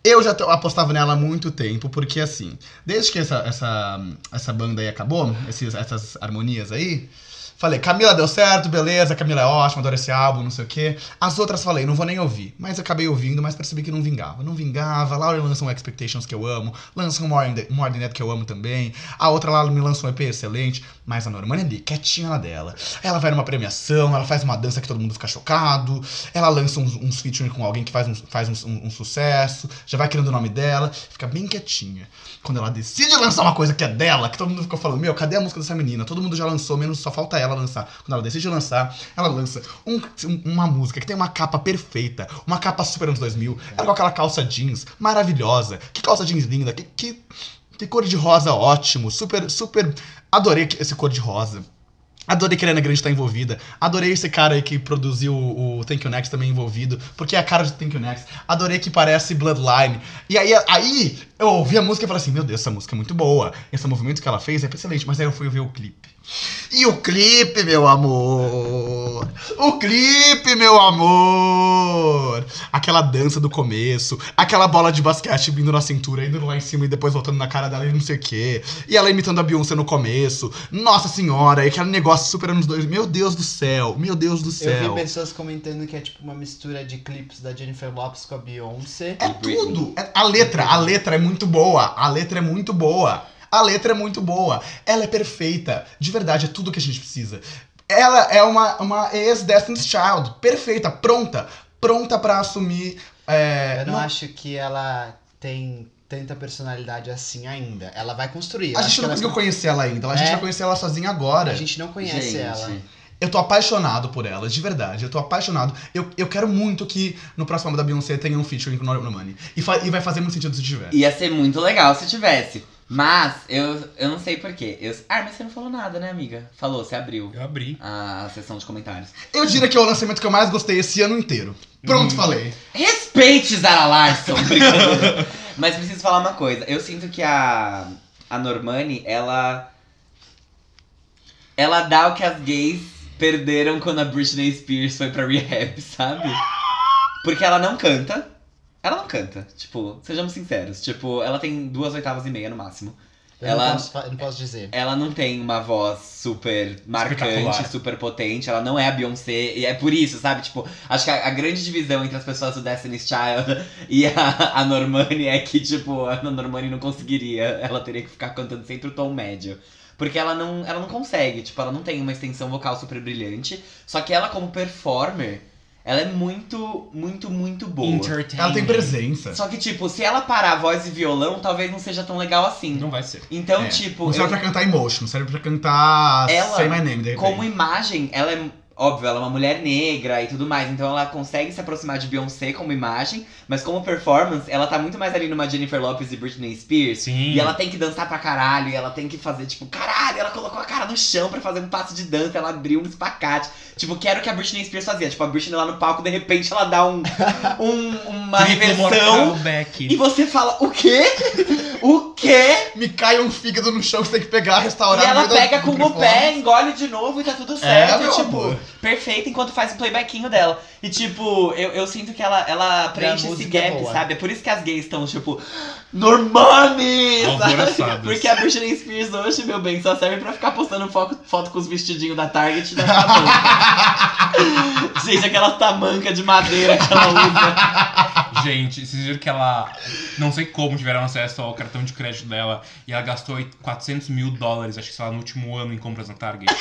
B: eu já to- apostava nela há muito tempo, porque assim, desde que essa, essa, essa banda aí acabou, esses- essas harmonias aí, falei, Camila deu certo, beleza, Camila é ótima, adoro esse álbum, não sei o quê. As outras falei, não vou nem ouvir, mas acabei ouvindo, mas percebi que não vingava. Não vingava, Laura lançou um Expectations que eu amo, lançou um More Than- More Than That que eu amo também, a outra lá me lançou um EP excelente, mas a Normani é ali, quietinha na dela. Ela vai numa premiação, ela faz uma dança que todo mundo fica chocado, ela lança uns, uns featuring com alguém que faz, um, faz um, um- um sucesso, já vai criando o nome dela, fica bem quietinha. Quando ela decide lançar uma coisa que é dela, que todo mundo ficou falando, meu, cadê a música dessa menina? Todo mundo já lançou, menos só falta ela lançar. Quando ela decide lançar, ela lança um- um- uma música que tem uma capa perfeita, uma capa super anos 2000, ela com aquela calça jeans maravilhosa, que calça jeans linda, que- que Tem cor de rosa, ótimo. Super, super. Adorei que- esse cor de rosa. Adorei que a Ariana Grande tá envolvida. Adorei esse cara aí que produziu o o Thank You Next também envolvido. Porque é a cara de Thank You Next. Adorei que parece Bloodline. E aí, aí eu ouvi a música e falei assim: Meu Deus, essa música é muito boa. Esse movimento que ela fez é excelente. Mas aí eu fui ver o clipe. E o clipe, meu amor! O clipe, meu amor! Aquela dança do começo, aquela bola de basquete vindo na cintura, indo lá em cima e depois voltando na cara dela e não sei o quê. E ela imitando a Beyoncé no começo. Nossa senhora, e aquele negócio super anos dois. Meu Deus do céu, meu Deus do
C: Eu
B: céu.
C: vi pessoas comentando que é tipo uma mistura de clipes da Jennifer Lopez com a Beyoncé.
B: É tudo. É- A letra, a letra é muito boa. A letra é muito boa. A letra é muito boa. Ela é perfeita. De verdade, é tudo que a gente precisa. Ela é uma, uma ex-Destiny's Child. Perfeita, pronta. Pronta pra assumir. é,
C: Eu não,
B: não-
C: acho que ela tem tanta personalidade assim ainda. Ela vai construir. Eu
B: a
C: acho
B: gente
C: que
B: não
C: ela-
B: conseguiu conhecer ela ainda. A gente
C: É.
B: vai conhecer ela sozinha agora.
C: A gente não conhece
A: Gente,
C: ela.
B: Eu tô apaixonado por ela, de verdade. Eu tô apaixonado. Eu, eu quero muito que no próximo álbum da Beyoncé tenha um featuring com o Normani. E, fa- e vai fazer muito sentido se tiver.
A: Ia ser muito legal se tivesse. Mas eu, eu não sei porquê. Eu... Ah, mas você não falou nada, né, amiga? Falou, você abriu
D: Eu abri.
A: a sessão de comentários.
B: Eu diria que é o lançamento que eu mais gostei esse ano inteiro. Pronto,
D: Hum.
B: falei.
A: Respeite Zara Larson, brincando. Mas preciso falar uma coisa. Eu sinto que a, a Normani, ela. Ela dá o que as gays perderam quando a Britney Spears foi pra rehab, sabe? Porque ela não canta. Ela não canta, tipo, sejamos sinceros. Tipo, ela tem duas oitavas e meia no máximo.
C: Eu
A: Ela-
C: não, posso, fa- eu não posso dizer.
A: Ela não tem uma voz super marcante,
D: Espetacular.
A: super potente. Ela não é a Beyoncé. E é por isso, sabe? Tipo, acho que a, a grande divisão entre as pessoas do Destiny's Child e a, a Normani é que, tipo, a Normani não conseguiria. Ela teria que ficar cantando sempre o tom médio. Porque ela não, ela não consegue, tipo, ela não tem uma extensão vocal super brilhante. Só que ela, como performer, ela é muito, muito, muito boa.
D: Entertainment.
B: Ela tem presença.
A: Só que, tipo, se ela parar voz e violão, talvez não seja tão legal assim.
D: Não vai ser.
A: Então,
B: É,
A: tipo.
B: Não serve
A: eu-
B: pra cantar Emotion, serve pra cantar
A: Ela,
B: Say My Name, de repente.
A: como imagem, ela é. Óbvio, ela é uma mulher negra e tudo mais, então ela consegue se aproximar de Beyoncé como imagem, mas como performance, ela tá muito mais ali numa Jennifer Lopez e Britney Spears.
D: Sim.
A: E ela tem que dançar pra caralho, e ela tem que fazer, tipo, caralho, ela colocou a cara no chão pra fazer um passo de dança, ela abriu um espacate. Tipo, que era o que a Britney Spears fazia. Tipo, a Britney lá no palco, de repente, ela dá um, um- uma
D: Triple
A: reversão.
D: mortal back.
A: E você fala, o quê? O quê?
B: Me cai um fígado no chão que você tem que pegar, restaurar.
A: E
B: no
A: ela
B: meio da-
A: pega
B: do
A: com o
B: microfone.
A: pé, engole de novo e tá tudo certo.
B: É, meu
A: tipo,
B: amor.
A: perfeita enquanto faz o playbackinho dela. E tipo, eu, eu sinto que ela, ela preenche esse
C: música é
A: gap,
C: boa.
A: sabe? É por isso que as gays estão, tipo, Normani! Sabe?
D: Alvoroçadas.
A: Porque a Britney Spears hoje, meu bem, só serve pra ficar postando foco- foto com os vestidinhos da Target e da tamanca. Gente, aquela tamanca de madeira que ela usa.
D: Gente, vocês viram que ela. Não sei como tiveram acesso ao cartão de crédito dela e ela gastou 400 mil dólares, acho que sei lá, no último ano em compras na Target.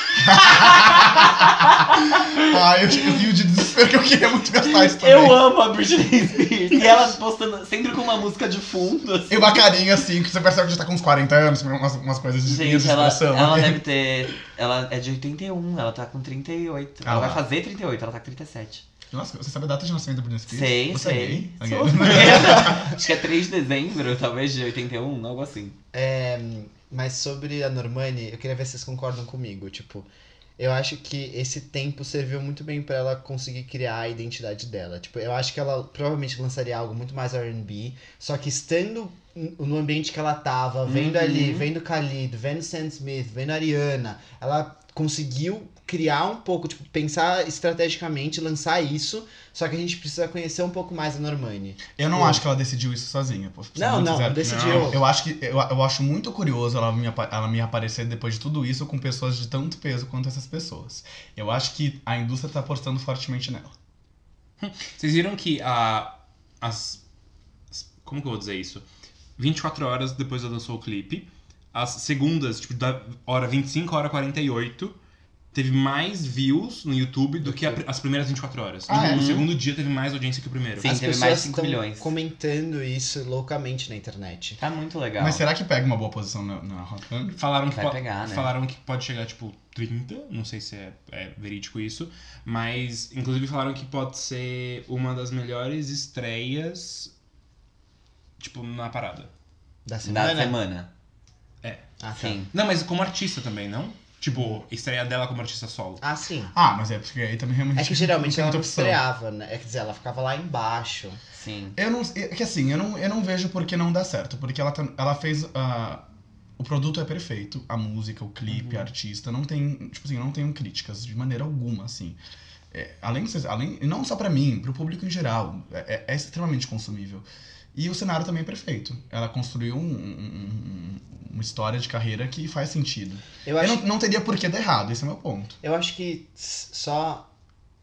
B: Ai, eu rio de desespero que eu queria muito gastar isso também.
A: Eu amo a Britney Spears. E ela postando sempre com uma música de fundo, assim.
B: E uma carinha assim, que você percebe que já tá com uns 40 anos, umas, umas coisas de linha
A: Gente,
B: de
A: ela,
B: expressão. né?
A: ela deve ter. Ela é de 81, ela tá com 38.
B: Ah
A: ela
B: lá.
A: vai fazer 38, ela tá com 37.
B: Nossa, você sabe a data de nascimento da Britney Spears?
A: Sei,
B: você É
A: sei.
B: gay? Ok.
A: Sou. Acho que é 3 de dezembro, talvez, de 81, algo assim.
C: Mas sobre a Normani, eu queria ver se vocês concordam comigo. Tipo, eu acho que esse tempo serviu muito bem pra ela conseguir criar a identidade dela. Tipo, eu acho que ela provavelmente lançaria algo muito mais R&B, só que estando n- no ambiente que ela tava, vendo
A: Uhum.
C: ali, vendo Khalid, vendo Sam Smith, vendo Ariana, ela conseguiu criar um pouco, tipo, pensar estrategicamente, lançar isso, só que a gente precisa conhecer um pouco mais a Normani.
B: Eu não
C: Hum.
B: acho que ela decidiu isso sozinha. Pô, pra ser
C: Não,
B: muito
C: não,
B: sincero.
C: decidiu.
D: Não.
B: Eu acho que eu, eu acho muito curioso ela me, apa- ela me aparecer depois de tudo isso com pessoas de tanto peso quanto essas pessoas. Eu acho que a indústria tá apostando fortemente nela.
D: Vocês viram que a. As. as- Como que eu vou dizer isso? 24 horas depois ela lançou o clipe. As segundas, tipo, da hora 25 à hora 48, teve mais views no YouTube do que a pri- as primeiras 24 horas. Uhum.
B: Ah, é?
D: O segundo dia teve mais audiência que o primeiro.
A: Sim.
C: As
A: teve mais
C: pessoas
A: cinco
C: tão
A: milhões.
C: comentando isso loucamente na internet.
A: Tá muito legal.
B: Mas será que pega uma boa posição na, na Hot 100?
D: Falaram que,
A: Vai
D: po-
A: pegar, né?
D: falaram que pode chegar, tipo, 30, não sei se é, é verídico isso, mas inclusive falaram que pode ser uma das melhores estreias, tipo, na parada.
C: Da
A: Da
C: semana. né?
A: semana.
C: Ah, tá.
A: Sim.
D: Não, mas como artista também, não? Tipo, estreia dela como artista solo.
C: Ah, sim.
B: Ah, mas é porque aí também realmente.
C: É que geralmente
B: tem
C: ela
B: muita
C: não
B: opção.
C: estreava, né? É, quer dizer, ela ficava lá embaixo.
A: Sim.
B: Eu não. É que assim, eu não, eu não vejo por que não dá certo. Porque ela, tá- ela fez. ah, o produto é perfeito, a música, o clipe, a artista. Não tem. Tipo assim, eu não tenho críticas de maneira alguma, assim. É, além, de ser- além e Não só pra mim, pro público em geral. É, é- é extremamente consumível. E o cenário também é perfeito. Ela construiu um- um- um- uma história de carreira que faz sentido.
C: Eu
B: Eu,
C: acho,
B: não, não teria por que dar errado, esse é o meu ponto.
C: eu acho que s- só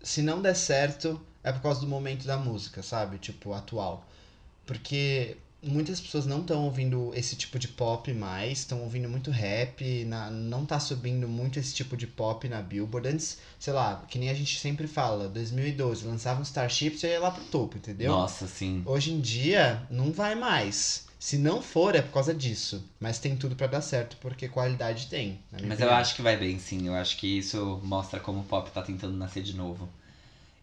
C: se não der certo é por causa do momento da música, sabe? Tipo, atual. Porque muitas pessoas não estão ouvindo esse tipo de pop mais, estão ouvindo muito rap, na- não tá subindo muito esse tipo de pop na Billboard. Antes, sei lá, que nem a gente sempre fala, 2012, lançava um Starships e ia lá pro topo, entendeu?
A: Nossa, sim.
C: Hoje em dia, não vai mais. Se não for, é por causa disso. Mas tem tudo pra dar certo, porque qualidade tem. na minha
A: Mas eu
C: opinião.
A: acho que vai bem, sim. Eu acho que isso mostra como o pop tá tentando nascer de novo.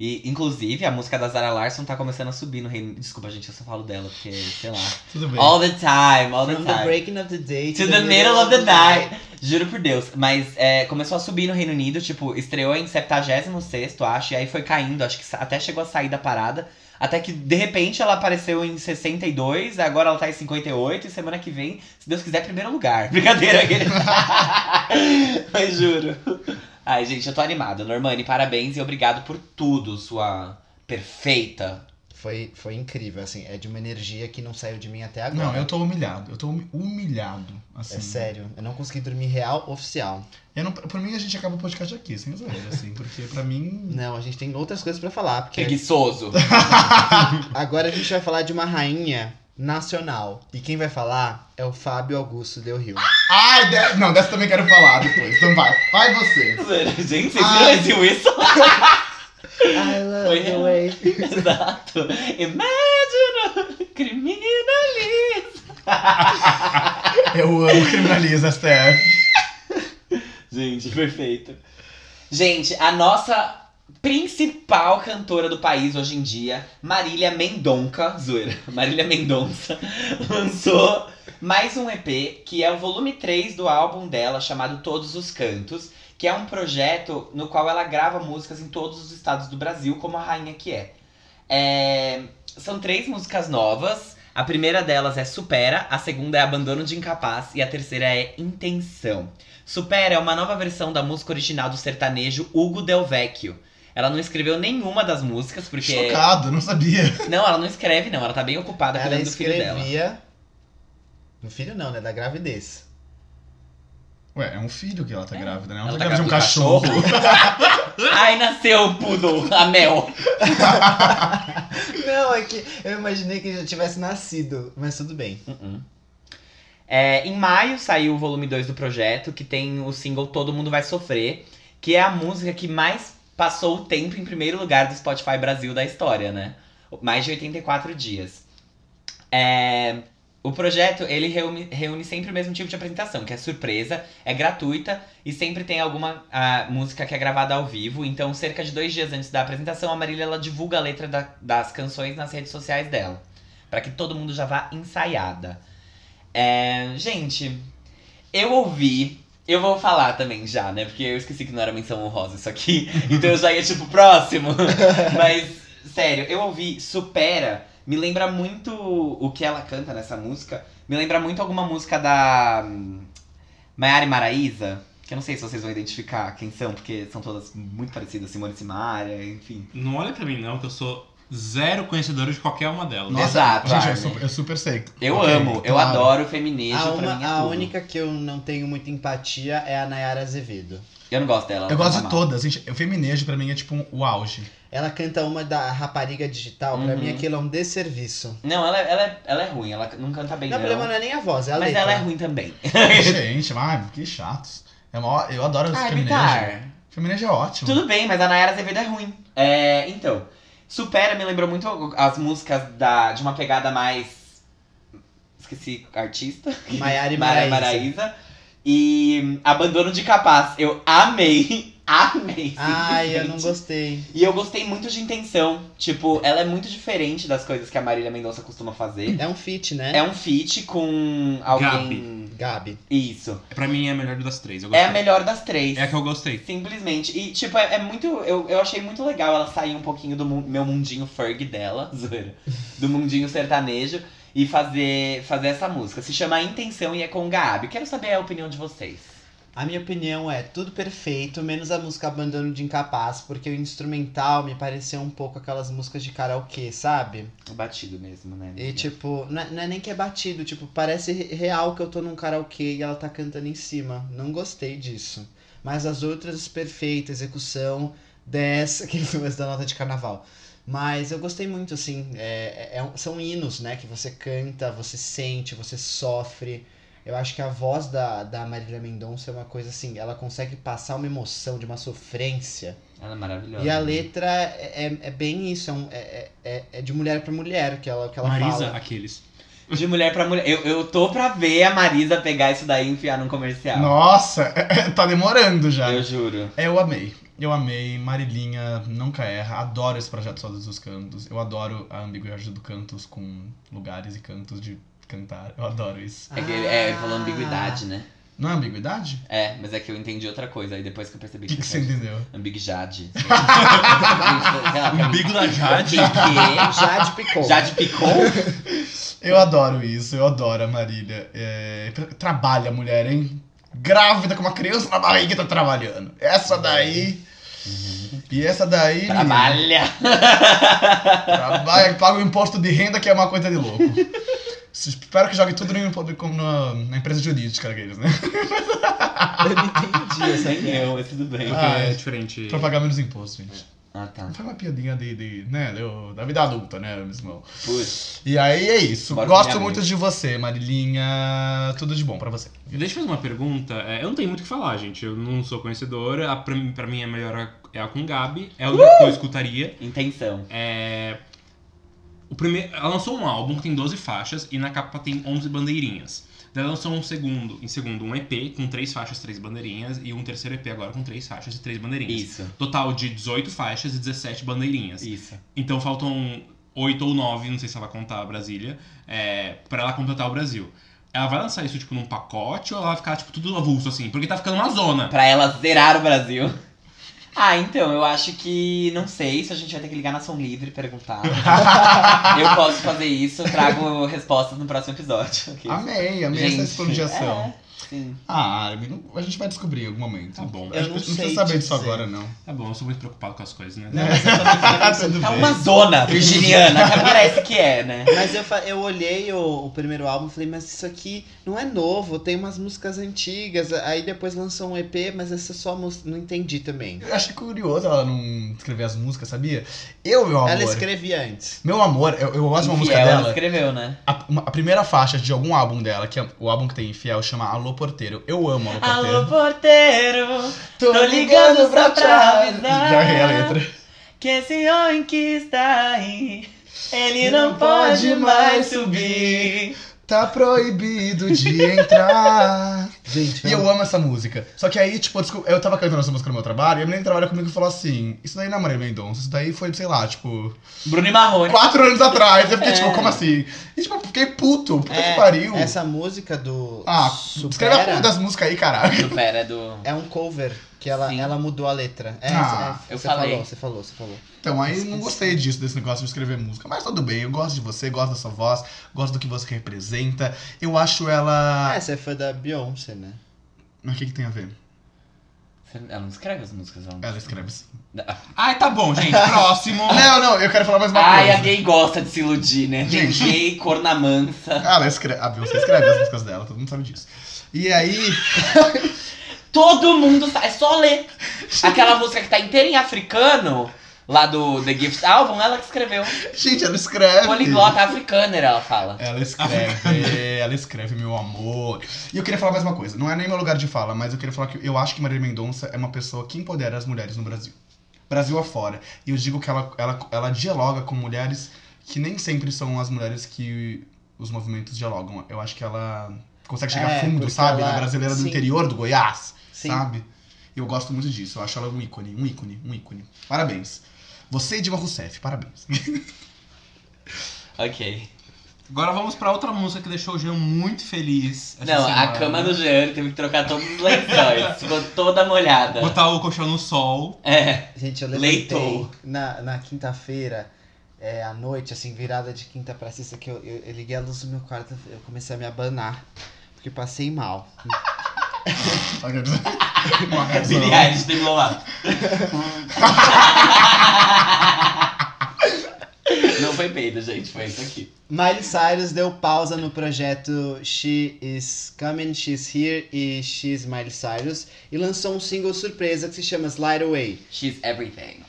A: E, inclusive, a música da Zara Larson tá começando a subir no reino. Desculpa, gente, eu só falo dela, porque, sei lá.
B: Tudo bem.
A: All the time, all the
C: From the
A: time.
C: breaking of the day
A: To the middle of the night. Juro por Deus. Mas é, começou a subir no Reino Unido, tipo, estreou em 76, acho, e aí foi caindo, acho que sa- até chegou a sair da parada. Até que, de repente, ela apareceu em 62, agora ela tá em 58, e semana que vem, se Deus quiser, primeiro lugar. Brincadeira, aquele. Mas juro. Ai, gente, eu tô animada. Normani, parabéns e obrigado por tudo, sua perfeita.
C: Foi, foi incrível, assim. É de uma energia que não saiu de mim até agora.
B: Não, eu tô humilhado. Eu tô humi- humilhado. Assim.
C: É sério. Eu não consegui dormir real oficial.
B: Eu não, por mim, a gente acaba o podcast aqui, sem exagero, assim. Porque pra mim.
C: Não, a gente tem outras coisas pra falar. Porque
A: Preguiçoso.
C: agora a gente vai falar de uma rainha nacional. E quem vai falar é o Fábio Augusto Del Rio.
B: Ai, de- não, dessa também quero falar depois. Então vai. Vai você.
A: gente, vocês
B: Ai.
A: viram esse isso?
C: I love the way.
A: Exato. Imagine, criminalize.
B: Eu amo criminaliza STF.
A: Gente, perfeito. Gente, a nossa principal cantora do país hoje em dia, Marília Mendonça, zoeira, Marília Mendonça, lançou mais um EP, que é o volume 3 do álbum dela, chamado Todos os Cantos, que é um projeto no qual ela grava músicas em todos os estados do Brasil, como a rainha que é. É, São três músicas novas. A primeira delas é Supera, a segunda é Abandono de Incapaz e a terceira é Intenção. Supera é uma nova versão da música original do sertanejo Hugo Del Vecchio. Ela não escreveu nenhuma das músicas, porque.
B: Chocado, não sabia.
A: Não, ela não escreve, não. Ela tá bem ocupada
C: Ela
A: cuidando do filho dela.
C: escrevia. No filho não, né? Da gravidez.
B: Ué, é um filho que ela tá
A: É.
B: grávida, né? Ela,
A: Ela
B: tá
A: tá
B: grávida de um
A: grávida de um
B: cachorro.
A: Ai, nasceu o poodle, a Mel.
C: Não, é que eu imaginei que já tivesse nascido, mas tudo bem.
A: Uh-uh. É, em maio saiu o volume 2 do projeto, que tem o single Todo Mundo Vai Sofrer, que é a música que mais passou o tempo em primeiro lugar do Spotify Brasil da história, né? Mais de 84 dias. É, o projeto, ele reúne, reúne sempre o mesmo tipo de apresentação, que é surpresa, é gratuita e sempre tem alguma ah, música que é gravada ao vivo. Então, cerca de dois dias antes da apresentação, a Marília ela divulga a letra da- das canções nas redes sociais dela. Pra que todo mundo já vá ensaiada. É, gente, eu ouvi. Eu vou falar também já, né? Porque eu esqueci que não era menção honrosa isso aqui. Então eu já ia, tipo, próximo. Mas, sério, eu ouvi Supera. Me lembra muito o que ela canta nessa música. Me lembra muito alguma música da hum, Maiara e Maraísa. Que eu não sei se vocês vão identificar quem são, porque são todas muito parecidas. Simone e Simaria, enfim.
D: Não olha pra mim, não, que eu sou zero conhecedor de qualquer uma delas.
A: Nossa, Exato,
B: Gente, eu
A: Armin.
B: super, eu super sei.
A: né? Eu
B: Ok,
A: amo, eu
B: claro.
A: adoro o feminejo. pra
C: A, uma-
A: mim é
C: a
A: tudo.
C: única que eu não tenho muita empatia é a Nayara Azevedo.
A: Eu não gosto dela. ela
B: Eu
A: tá
B: gosto de
A: mal.
B: todas, gente. O feminejo pra mim é tipo um- o auge.
C: Ela canta uma da Rapariga Digital, pra
A: Uhum.
C: mim aquilo é um desserviço.
A: Não, ela, ela, é- ela é ruim, ela não canta bem,
C: Não, o
A: não.
C: problema não é nem a voz, é a
A: mas
C: letra.
A: ela é ruim também.
B: gente, mas que chatos. É mó- eu adoro os
A: Ai,
B: feminejo.
A: Bitar.
B: Feminejo é ótimo.
A: Tudo bem, mas a Nayara Azevedo é ruim. É, então, Supera me lembrou muito as músicas da, de uma pegada mais... Esqueci, artista?
C: Maiara e
A: Mara
C: Maraísa.
A: Maraísa. E Abandono de Capaz. Eu amei, amei.
C: Ah. Ai, eu não
A: simplesmente.
C: gostei.
A: E eu gostei muito de intenção. Tipo, ela é muito diferente das coisas que a Marília Mendonça costuma fazer.
C: É um feat, né?
A: É um feat com alguém. Gabi.
C: Gabi.
A: Isso.
D: Pra mim é a melhor das três. Eu
A: É
D: gostei.
A: a melhor das três.
D: É a que eu gostei.
A: Simplesmente. E, tipo, é, é muito. Eu, eu achei muito legal ela sair um pouquinho do mu- meu mundinho Ferg dela, zoeira. Do mundinho sertanejo e fazer, fazer essa música. Se chama Intenção e é com Gabi. Quero saber a opinião de vocês.
C: A minha opinião é tudo perfeito, menos a música Abandono de Incapaz, porque o instrumental me pareceu um pouco aquelas músicas de karaokê, sabe?
A: O É Batido mesmo, né?
C: E tipo, não é, não é nem que é batido, tipo, parece re- real que eu tô num karaokê e ela tá cantando em cima. Não gostei disso. Mas as outras, perfeita, execução, 10, aqueles números da nota de carnaval. Mas eu gostei muito, assim, é- é um- são hinos, né, que você canta, você sente, você sofre. Eu acho que a voz da, da Marília Mendonça é uma coisa assim, ela consegue passar uma emoção, de uma sofrência,
A: Ela é maravilhosa.
C: e a
A: né?
C: letra é, é- é bem isso, é, um- é- é- é de mulher pra mulher que ela, que ela
D: Marisa,
C: fala.
D: aqueles.
A: De mulher pra mulher. Eu, eu tô pra ver a Marisa pegar isso daí e enfiar num comercial.
B: Nossa, tá demorando já.
A: Eu juro.
B: Eu amei. Eu amei. Marilinha nunca erra. Adoro esse projeto Só dos Cantos. Eu adoro a ambiguidade do cantos com lugares e cantos de cantar. Eu adoro isso.
A: É, que ele, é, ele
C: Ah.
A: falou ambiguidade, né?
B: Não é ambiguidade?
A: É, mas é que eu entendi outra coisa. Aí depois que eu percebi
B: O que, que você
A: era
B: entendeu?
A: Ambiguidade. Sei lá, pra mim-
D: Umbigo da Jade.
A: Eu fiquei-
C: Jade Picon.
A: Jade Picon?
B: Eu adoro isso. Eu adoro a Marília. É, tra- Trabalha, mulher, hein? Grávida com uma criança na barriga tá trabalhando. Essa daí. E essa daí. menina,
A: Trabalha!
B: Trabalha, paga o imposto de renda, que é uma coisa de louco. Espero que jogue tudo no impo- como na, na empresa jurídica deles, né?
C: Eu não entendi.
A: Eu sem eu, é mas tudo bem.
B: Ah,
D: é
B: é.
D: diferente.
B: Pra pagar menos imposto, gente.
C: É.
A: Ah, tá.
B: Faz uma piadinha de, de, né, do- da vida adulta, né, meu irmão?
A: Putz.
B: E aí é isso.
A: Bora
B: Gosto
A: ganhar
B: muito de você, Marilinha. Tudo de bom pra você.
D: Deixa eu fazer uma pergunta. É, eu não tenho muito o que falar, gente. Eu não sou conhecedora. A, pra, mim- pra mim, a melhor é a com Gabi. É o que eu escutaria.
A: Intenção.
D: É, o primeiro, ela lançou um álbum que tem 12 faixas e na capa tem 11 bandeirinhas. Daí ela lançou um segundo, em segundo, um EP com três faixas, três bandeirinhas e um terceiro EP agora com três faixas e três bandeirinhas.
A: Isso.
D: Total de 18 faixas e 17 bandeirinhas.
A: Isso.
D: Então faltam oito ou nove, não sei se ela vai contar a Brasília, é, pra ela completar o Brasil. Ela vai lançar isso, tipo, num pacote ou ela vai ficar, tipo, tudo avulso, assim? Porque tá ficando uma zona.
A: Pra ela zerar o Brasil. Ah, então, eu acho que. Não sei se a gente vai ter que ligar na Som Livre e perguntar. eu posso fazer isso, eu trago respostas no próximo episódio. ok?
B: Amei, amei
A: Gente,
B: essa esponjação.
A: é, sim.
B: Ah, Armin, não- a gente vai descobrir em algum momento.
D: Tá bom.
B: A gente
C: Eu não
B: não
C: sei
B: precisa saber
C: te
B: disso
C: dizer.
B: agora, não.
D: Tá bom, eu sou muito preocupado com as coisas, né?
C: Não, mas eu também fiquei pensando-
B: Tudo
A: Tá
B: bem.
A: uma zona virginiana, até parece que é, né?
C: Mas eu, fa- eu olhei o, o primeiro álbum e falei, mas isso aqui não é novo, tem umas músicas antigas. Aí depois lançou um EP, mas essa só mus- não entendi também.
B: Eu achei curioso ela não escrever as músicas, sabia? Eu, meu amor.
C: Ela escrevia antes.
B: Meu amor, eu, eu gosto de uma música
A: Infiel,
B: dela.
A: Ela escreveu, né?
B: A, uma- a primeira faixa de algum álbum dela, que é o álbum que tem infiel, chama Alô Porteiro. Eu amo Alô Porteiro.
A: Alô, porteiro, tô ligando só pra avisar.
B: Já errei a letra.
A: Que esse homem que está aí, ele
B: Não
A: não,
B: pode
A: pode, mais
B: mais
A: subir.
B: Tá proibido de entrar.
C: Gente,
B: e eu amo essa música. Só que aí, tipo, eu descob- eu tava cantando essa música no meu trabalho, e a menina que trabalha comigo falou assim: Isso daí não é Maria Mendonça, isso daí foi, sei lá, tipo,
A: Bruno e Marrone.
B: quatro anos atrás. Eu fiquei,
A: É.
B: tipo, como assim? E tipo, eu fiquei puto, puta
C: É,
B: que pariu.
C: Essa música do
B: Ah, Escreve a porra
C: Supera
B: das músicas aí, caralho.
A: Do Pera, do.
C: é um cover que ela,
A: Sim.
C: ela mudou a letra. É,
B: Ah,
C: é,
A: eu
C: você
A: falei.
C: falou, você falou, você falou.
B: Então, aí não gostei disso, desse negócio de escrever música. Mas tudo bem, eu gosto de você, gosto da sua voz, gosto do que você representa. Eu acho ela.
C: Essa é fã da Beyoncé, né?
B: Mas o que, que tem a ver?
A: Ela não escreve as músicas, ela não.
B: Ela escreve assim.
D: Ai, tá bom, gente. Próximo.
B: Não, não, eu quero falar mais uma
A: Ai, a
B: coisa.
A: gay gosta de se iludir, né? Tem gay, corna mansa.
B: Ah, Ela escreve. A Beyoncé escreve as músicas dela, todo mundo sabe disso. E aí.
A: Todo mundo sabe, é só ler. Aquela música que tá inteira em africano, lá do The Gift Album, ela que escreveu.
B: Gente, ela escreve.
A: Poliglota africana, ela fala.
B: Ela escreve, ela escreve, meu amor. E eu queria falar mais uma coisa. Não é nem meu lugar de fala, mas eu queria falar que eu acho que Maria Mendonça é uma pessoa que empodera as mulheres no Brasil. Brasil afora. E eu digo que ela, ela, ela dialoga com mulheres que nem sempre são as mulheres que os movimentos dialogam. Eu acho que ela consegue chegar
C: É,
B: fundo,
C: porque
B: sabe?
C: ela-
B: Na brasileira do
C: sim.
B: interior, do Goiás,
C: Sim.
B: sabe? Eu gosto muito disso. Eu acho ela um ícone, um ícone, um ícone. Parabéns. Você e Dilma Rousseff, parabéns.
A: Ok.
D: Agora vamos pra outra música que deixou o Jean muito feliz. essa
A: Não, a
D: semana.
A: cama do Jean ele teve que trocar todos os lençóis. Ficou toda molhada.
D: Botar o colchão no sol.
A: É.
C: Gente, eu levantei
A: Leitou.
C: na, na quinta-feira, é, à noite, assim, virada de quinta pra sexta, que eu, eu, eu liguei a luz do meu quarto, eu comecei a me abanar, porque passei mal.
B: Uma razão.
A: Billie Eilish tem lá. Não foi peido, gente. Foi isso aqui.
C: Miley Cyrus deu pausa no projeto She Is Coming, She's Here e She's Miley Cyrus e lançou um single surpresa que se chama Slide Away.
A: She's everything.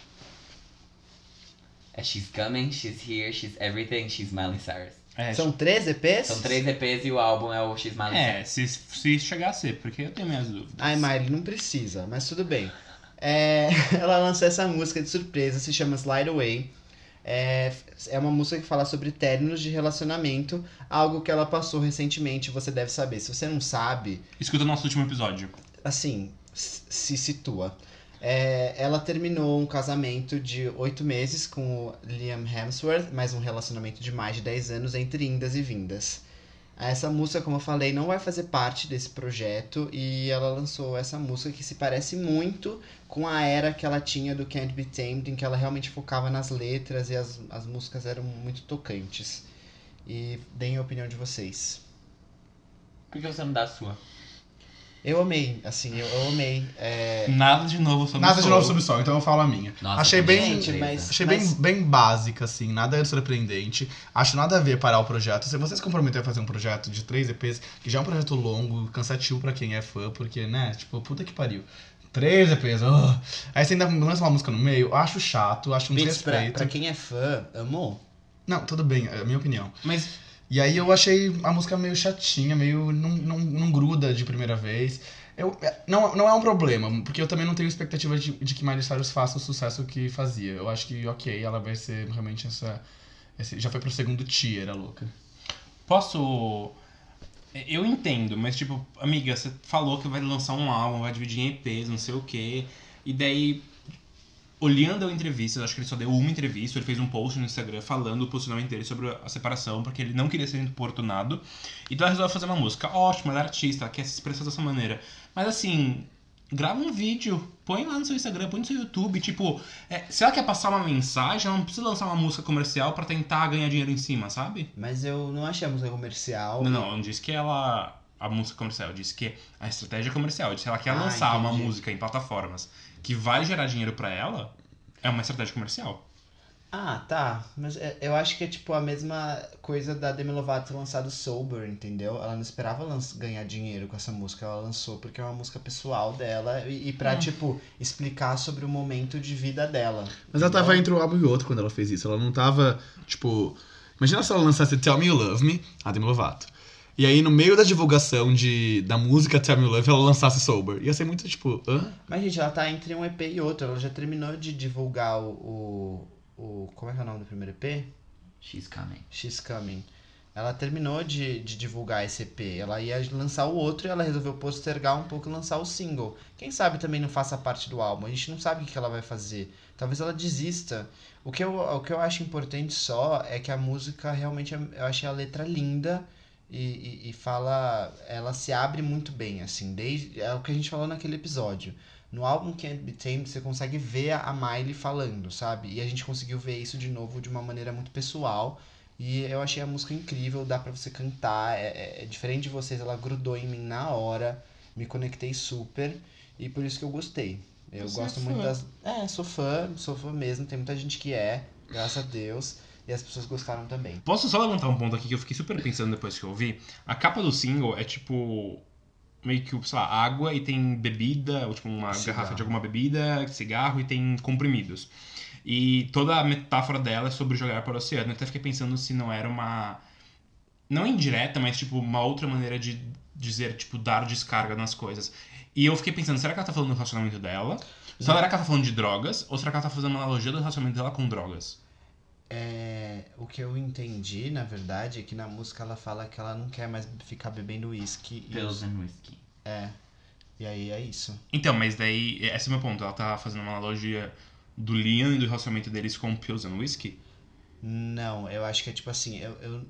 A: É, she's coming, she's here, she's everything, she's Miley Cyrus.
D: É,
C: São três EPs?
A: São três EPs e o álbum é o She's Miley
D: é
A: Cyrus.
D: se, se chegar a ser, porque eu tenho minhas dúvidas.
C: Ai, Miley, não precisa, mas tudo bem. É, ela lançou essa música de surpresa, se chama Slide Away. É, é uma música que fala sobre términos de relacionamento, algo que ela passou recentemente, você deve saber. Se você não sabe,
D: Escuta o nosso último episódio.
C: assim, s- se situa. É, ela terminou um casamento de oito meses com o Liam Hemsworth, mas um relacionamento de mais de 10 anos entre indas e vindas. Essa música, como eu falei, não vai fazer parte desse projeto e ela lançou essa música que se parece muito com a era que ela tinha do Can't Be Tamed, em que ela realmente focava nas letras e as, as músicas eram muito tocantes. E deem a opinião de vocês.
A: Por que você não dá a sua?
C: Eu amei, assim, eu, eu amei. É,
D: Nada de novo sobre
B: Nada de
D: Soul.
B: novo sobre o sol, então eu falo a minha.
A: Nossa,
B: Achei
A: também
B: bem-
A: surpresa.
C: Gente, mas-
B: Achei bem, bem básica, assim, nada surpreendente. Acho nada a ver parar o projeto. Se vocês comprometerem a fazer um projeto de três EPs, que já é um projeto longo, cansativo pra quem é fã, porque, né, tipo, puta que pariu. Três EPs, oh. aí você ainda lança uma música no meio, acho chato, acho um
C: Beats, pra,
B: desrespeito.
C: pra quem é fã, amou.
B: Não, tudo bem, é a minha opinião.
D: Mas
B: E aí eu achei a música meio chatinha, meio. não, não, não gruda de primeira vez. Eu, é, não, não é um problema, porque eu também não tenho expectativa de, de que Miley Cyrus faça o sucesso que fazia. Eu acho que, ok, ela vai ser realmente essa. esse- já foi pro segundo tier, a louca.
D: posso. Eu entendo, mas tipo, amiga, você falou que vai lançar um álbum, vai dividir em EPs, não sei o quê. E daí, olhando a entrevista, eu acho que ele só deu uma entrevista, ele fez um post no Instagram falando o posicionamento dele sobre a separação, porque ele não queria ser importunado. Então ela resolveu fazer uma música. Ótimo, ela é artista, ela quer se expressar dessa maneira. Mas assim, grava um vídeo, põe lá no seu Instagram, põe no seu YouTube. Tipo, é, se ela quer passar uma mensagem, ela não precisa lançar uma música comercial pra tentar ganhar dinheiro em cima, sabe?
C: Mas eu não achei a música comercial.
D: Não, não, eu não disse que ela. A música comercial, eu disse que a estratégia comercial. Eu disse que ela quer
C: Ah,
D: lançar uma
C: entendi.
D: música em plataformas que vai gerar dinheiro pra ela, é uma estratégia comercial.
C: Ah, tá. Mas é- eu acho que é tipo a mesma coisa da Demi Lovato ter lançado Sober, entendeu? Ela não esperava lan- ganhar dinheiro com essa música, ela lançou porque é uma música pessoal dela e, e pra, tipo, explicar sobre o momento de vida dela. Então,
B: Mas ela tava
C: entendeu?
B: entre um álbum e outro quando ela fez isso. Ela não tava, tipo. Imagina se ela lançasse Tell Me You Love Me, a Demi Lovato. E aí, no meio da divulgação de, da música Tell Me You Love, ela lançasse Sober. Ia ser muito tipo. Hã?
C: Mas, gente, ela tá entre um EP e outro. Ela já terminou de divulgar o. o, o como é que é o nome do primeiro EP?
A: She's coming.
C: She's Coming. Ela terminou de, de divulgar esse EP. Ela ia lançar o outro e ela resolveu postergar um pouco e lançar o single. Quem sabe também não faça parte do álbum. A gente não sabe o que que ela vai fazer. Talvez ela desista. O que eu, o que eu acho importante só é que a música realmente é- eu achei a letra linda. E, e, e fala. Ela se abre muito bem, assim. Desde, é o que a gente falou naquele episódio. No álbum Can't Be Tamed, você consegue ver a Miley falando, sabe? E a gente conseguiu ver isso de novo de uma maneira muito pessoal. E eu achei a música incrível, dá pra você cantar, é, é- é diferente de vocês, ela grudou em mim na hora, me conectei super, e por isso que eu gostei. Eu
D: Você é
C: gosto muito
D: fã.
C: das. É, sou fã, sou fã mesmo, tem muita gente que é, graças a Deus, e as pessoas gostaram também.
D: Posso só levantar um ponto aqui que eu fiquei super pensando depois que eu ouvi? A capa do single é tipo. Meio que, sei lá, água e tem bebida, ou tipo uma
C: Cigarro.
D: garrafa de alguma bebida, cigarro e tem comprimidos. E toda a metáfora dela é sobre jogar para o oceano. Eu até fiquei pensando se não era uma. Não indireta, mas tipo uma outra maneira de dizer, tipo, dar descarga nas coisas. E eu fiquei pensando, será que ela tá falando do relacionamento dela? Será que ela tá falando de drogas? Ou será que ela tá fazendo uma analogia do relacionamento dela com drogas?
C: É, o que eu entendi, na verdade, é que na música ela fala que ela não quer mais ficar bebendo uísque. e-
A: Pills and whiskey.
C: E aí é isso.
D: Então, mas daí, esse é o meu ponto. Ela tá fazendo uma analogia do Liam e do relacionamento deles com o Pills and Whiskey?
C: Não, eu acho que é tipo assim, eu, eu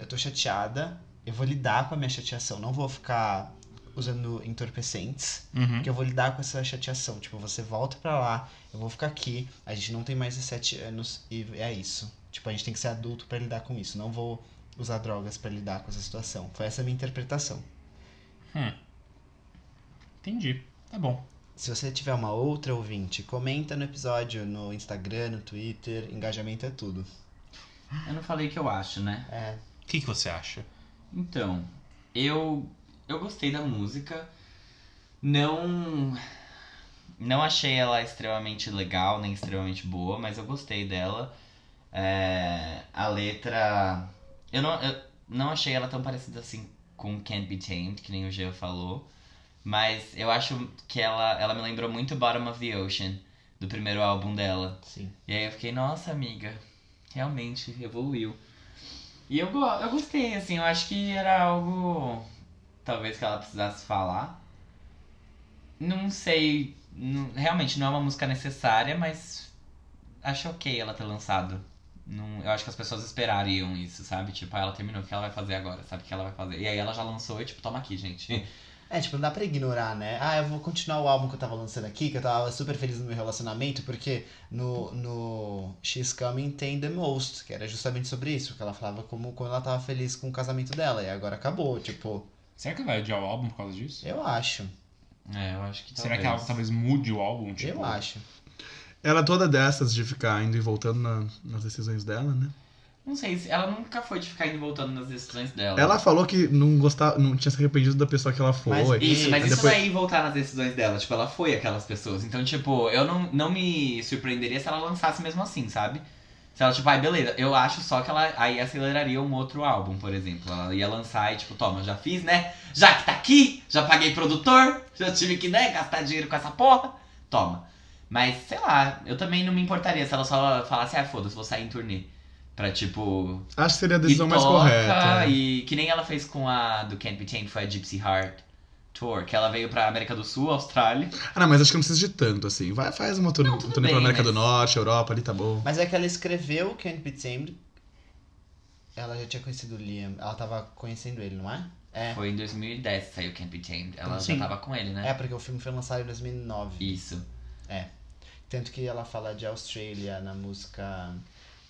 C: eu tô chateada, eu vou lidar com a minha chateação, não vou ficar usando entorpecentes,
D: Uhum.
C: porque eu vou lidar com essa chateação. Tipo, você volta pra lá, eu vou ficar aqui, a gente não tem mais 17 anos e é isso. Tipo, a gente tem que ser adulto pra lidar com isso, não vou usar drogas pra lidar com essa situação. Foi essa a minha interpretação.
D: Entendi. Tá bom.
C: Se você tiver uma outra ouvinte, comenta no episódio no Instagram, no Twitter, engajamento é tudo.
A: Eu não falei o que eu acho, né?
C: É,
D: O que, que você acha?
A: Então, eu eu gostei da música. Não não achei ela extremamente legal nem extremamente boa, mas eu gostei dela. É, a letra eu não eu não achei ela tão parecida assim com Can't Be Tamed, que nem o Geo falou, mas eu acho que ela ela me lembrou muito Bottom of the Ocean, do primeiro álbum dela.
C: sim.
A: E aí eu fiquei, nossa, amiga, realmente evoluiu. E eu, go- eu gostei, assim, eu acho que era algo talvez que ela precisasse falar. Não sei, não- realmente não é uma música necessária, mas acho ok ela ter lançado. Não, eu acho que as pessoas esperariam isso, sabe? Tipo, ah, ela terminou, o que ela vai fazer agora? Sabe o que ela vai fazer? E aí ela já lançou e tipo, toma aqui, gente.
C: É, tipo, não dá pra ignorar, né? Ah, eu vou continuar o álbum que eu tava lançando aqui, que eu tava super feliz no meu relacionamento, porque no, no She's Coming tem The Most, que era justamente sobre isso, que ela falava como quando ela tava feliz com o casamento dela, e agora acabou, tipo,
D: Será que ela vai odiar o álbum por causa disso?
C: eu acho,
A: É, eu acho que
D: Será que ela talvez mude o álbum? Tipo,
C: eu acho.
B: Ela é toda dessas de ficar indo e voltando na- nas decisões dela, né?
A: Não sei, se- ela nunca foi de ficar indo e voltando nas decisões dela.
B: Ela falou que não gostava, não tinha se arrependido da pessoa que ela foi.
C: Mas
A: Isso, mas isso
B: Depois-
A: não é ir voltar nas decisões dela. Tipo, ela foi aquelas pessoas. Então, tipo, eu não, não me surpreenderia se ela lançasse mesmo assim, sabe? Se ela, tipo, ai, beleza. Eu acho só que ela aí aceleraria um outro álbum, por exemplo. Ela ia lançar e, tipo, toma, já fiz, né? Já que tá aqui, já paguei produtor, já tive que, né, gastar dinheiro com essa porra. Toma. Mas, sei lá, eu também não me importaria se ela só falasse, ah, foda-se, vou sair em turnê. Pra, tipo,
B: Acho que seria a decisão
A: e
B: mais
A: toca,
B: correta. é.
A: E que nem ela fez com a do Can't Be Tamed, foi a Gypsy Heart Tour, que ela veio pra América do Sul, Austrália.
B: Ah, não, mas acho que não precisa de tanto, assim. Vai, faz uma turnê,
A: Não, tudo
B: turnê pra
A: bem,
B: América
A: mas-
B: do Norte, Europa, ali tá bom.
C: Mas é que ela escreveu Can't Be Tamed, ela já tinha conhecido o Liam, ela tava conhecendo ele, não é? É,
A: Foi em 2010 que saiu Can't Be Tamed. Ela
D: Sim.
A: já tava com ele, né?
C: é porque o filme foi lançado em 2009.
A: Isso.
C: Tanto que ela fala de Austrália na música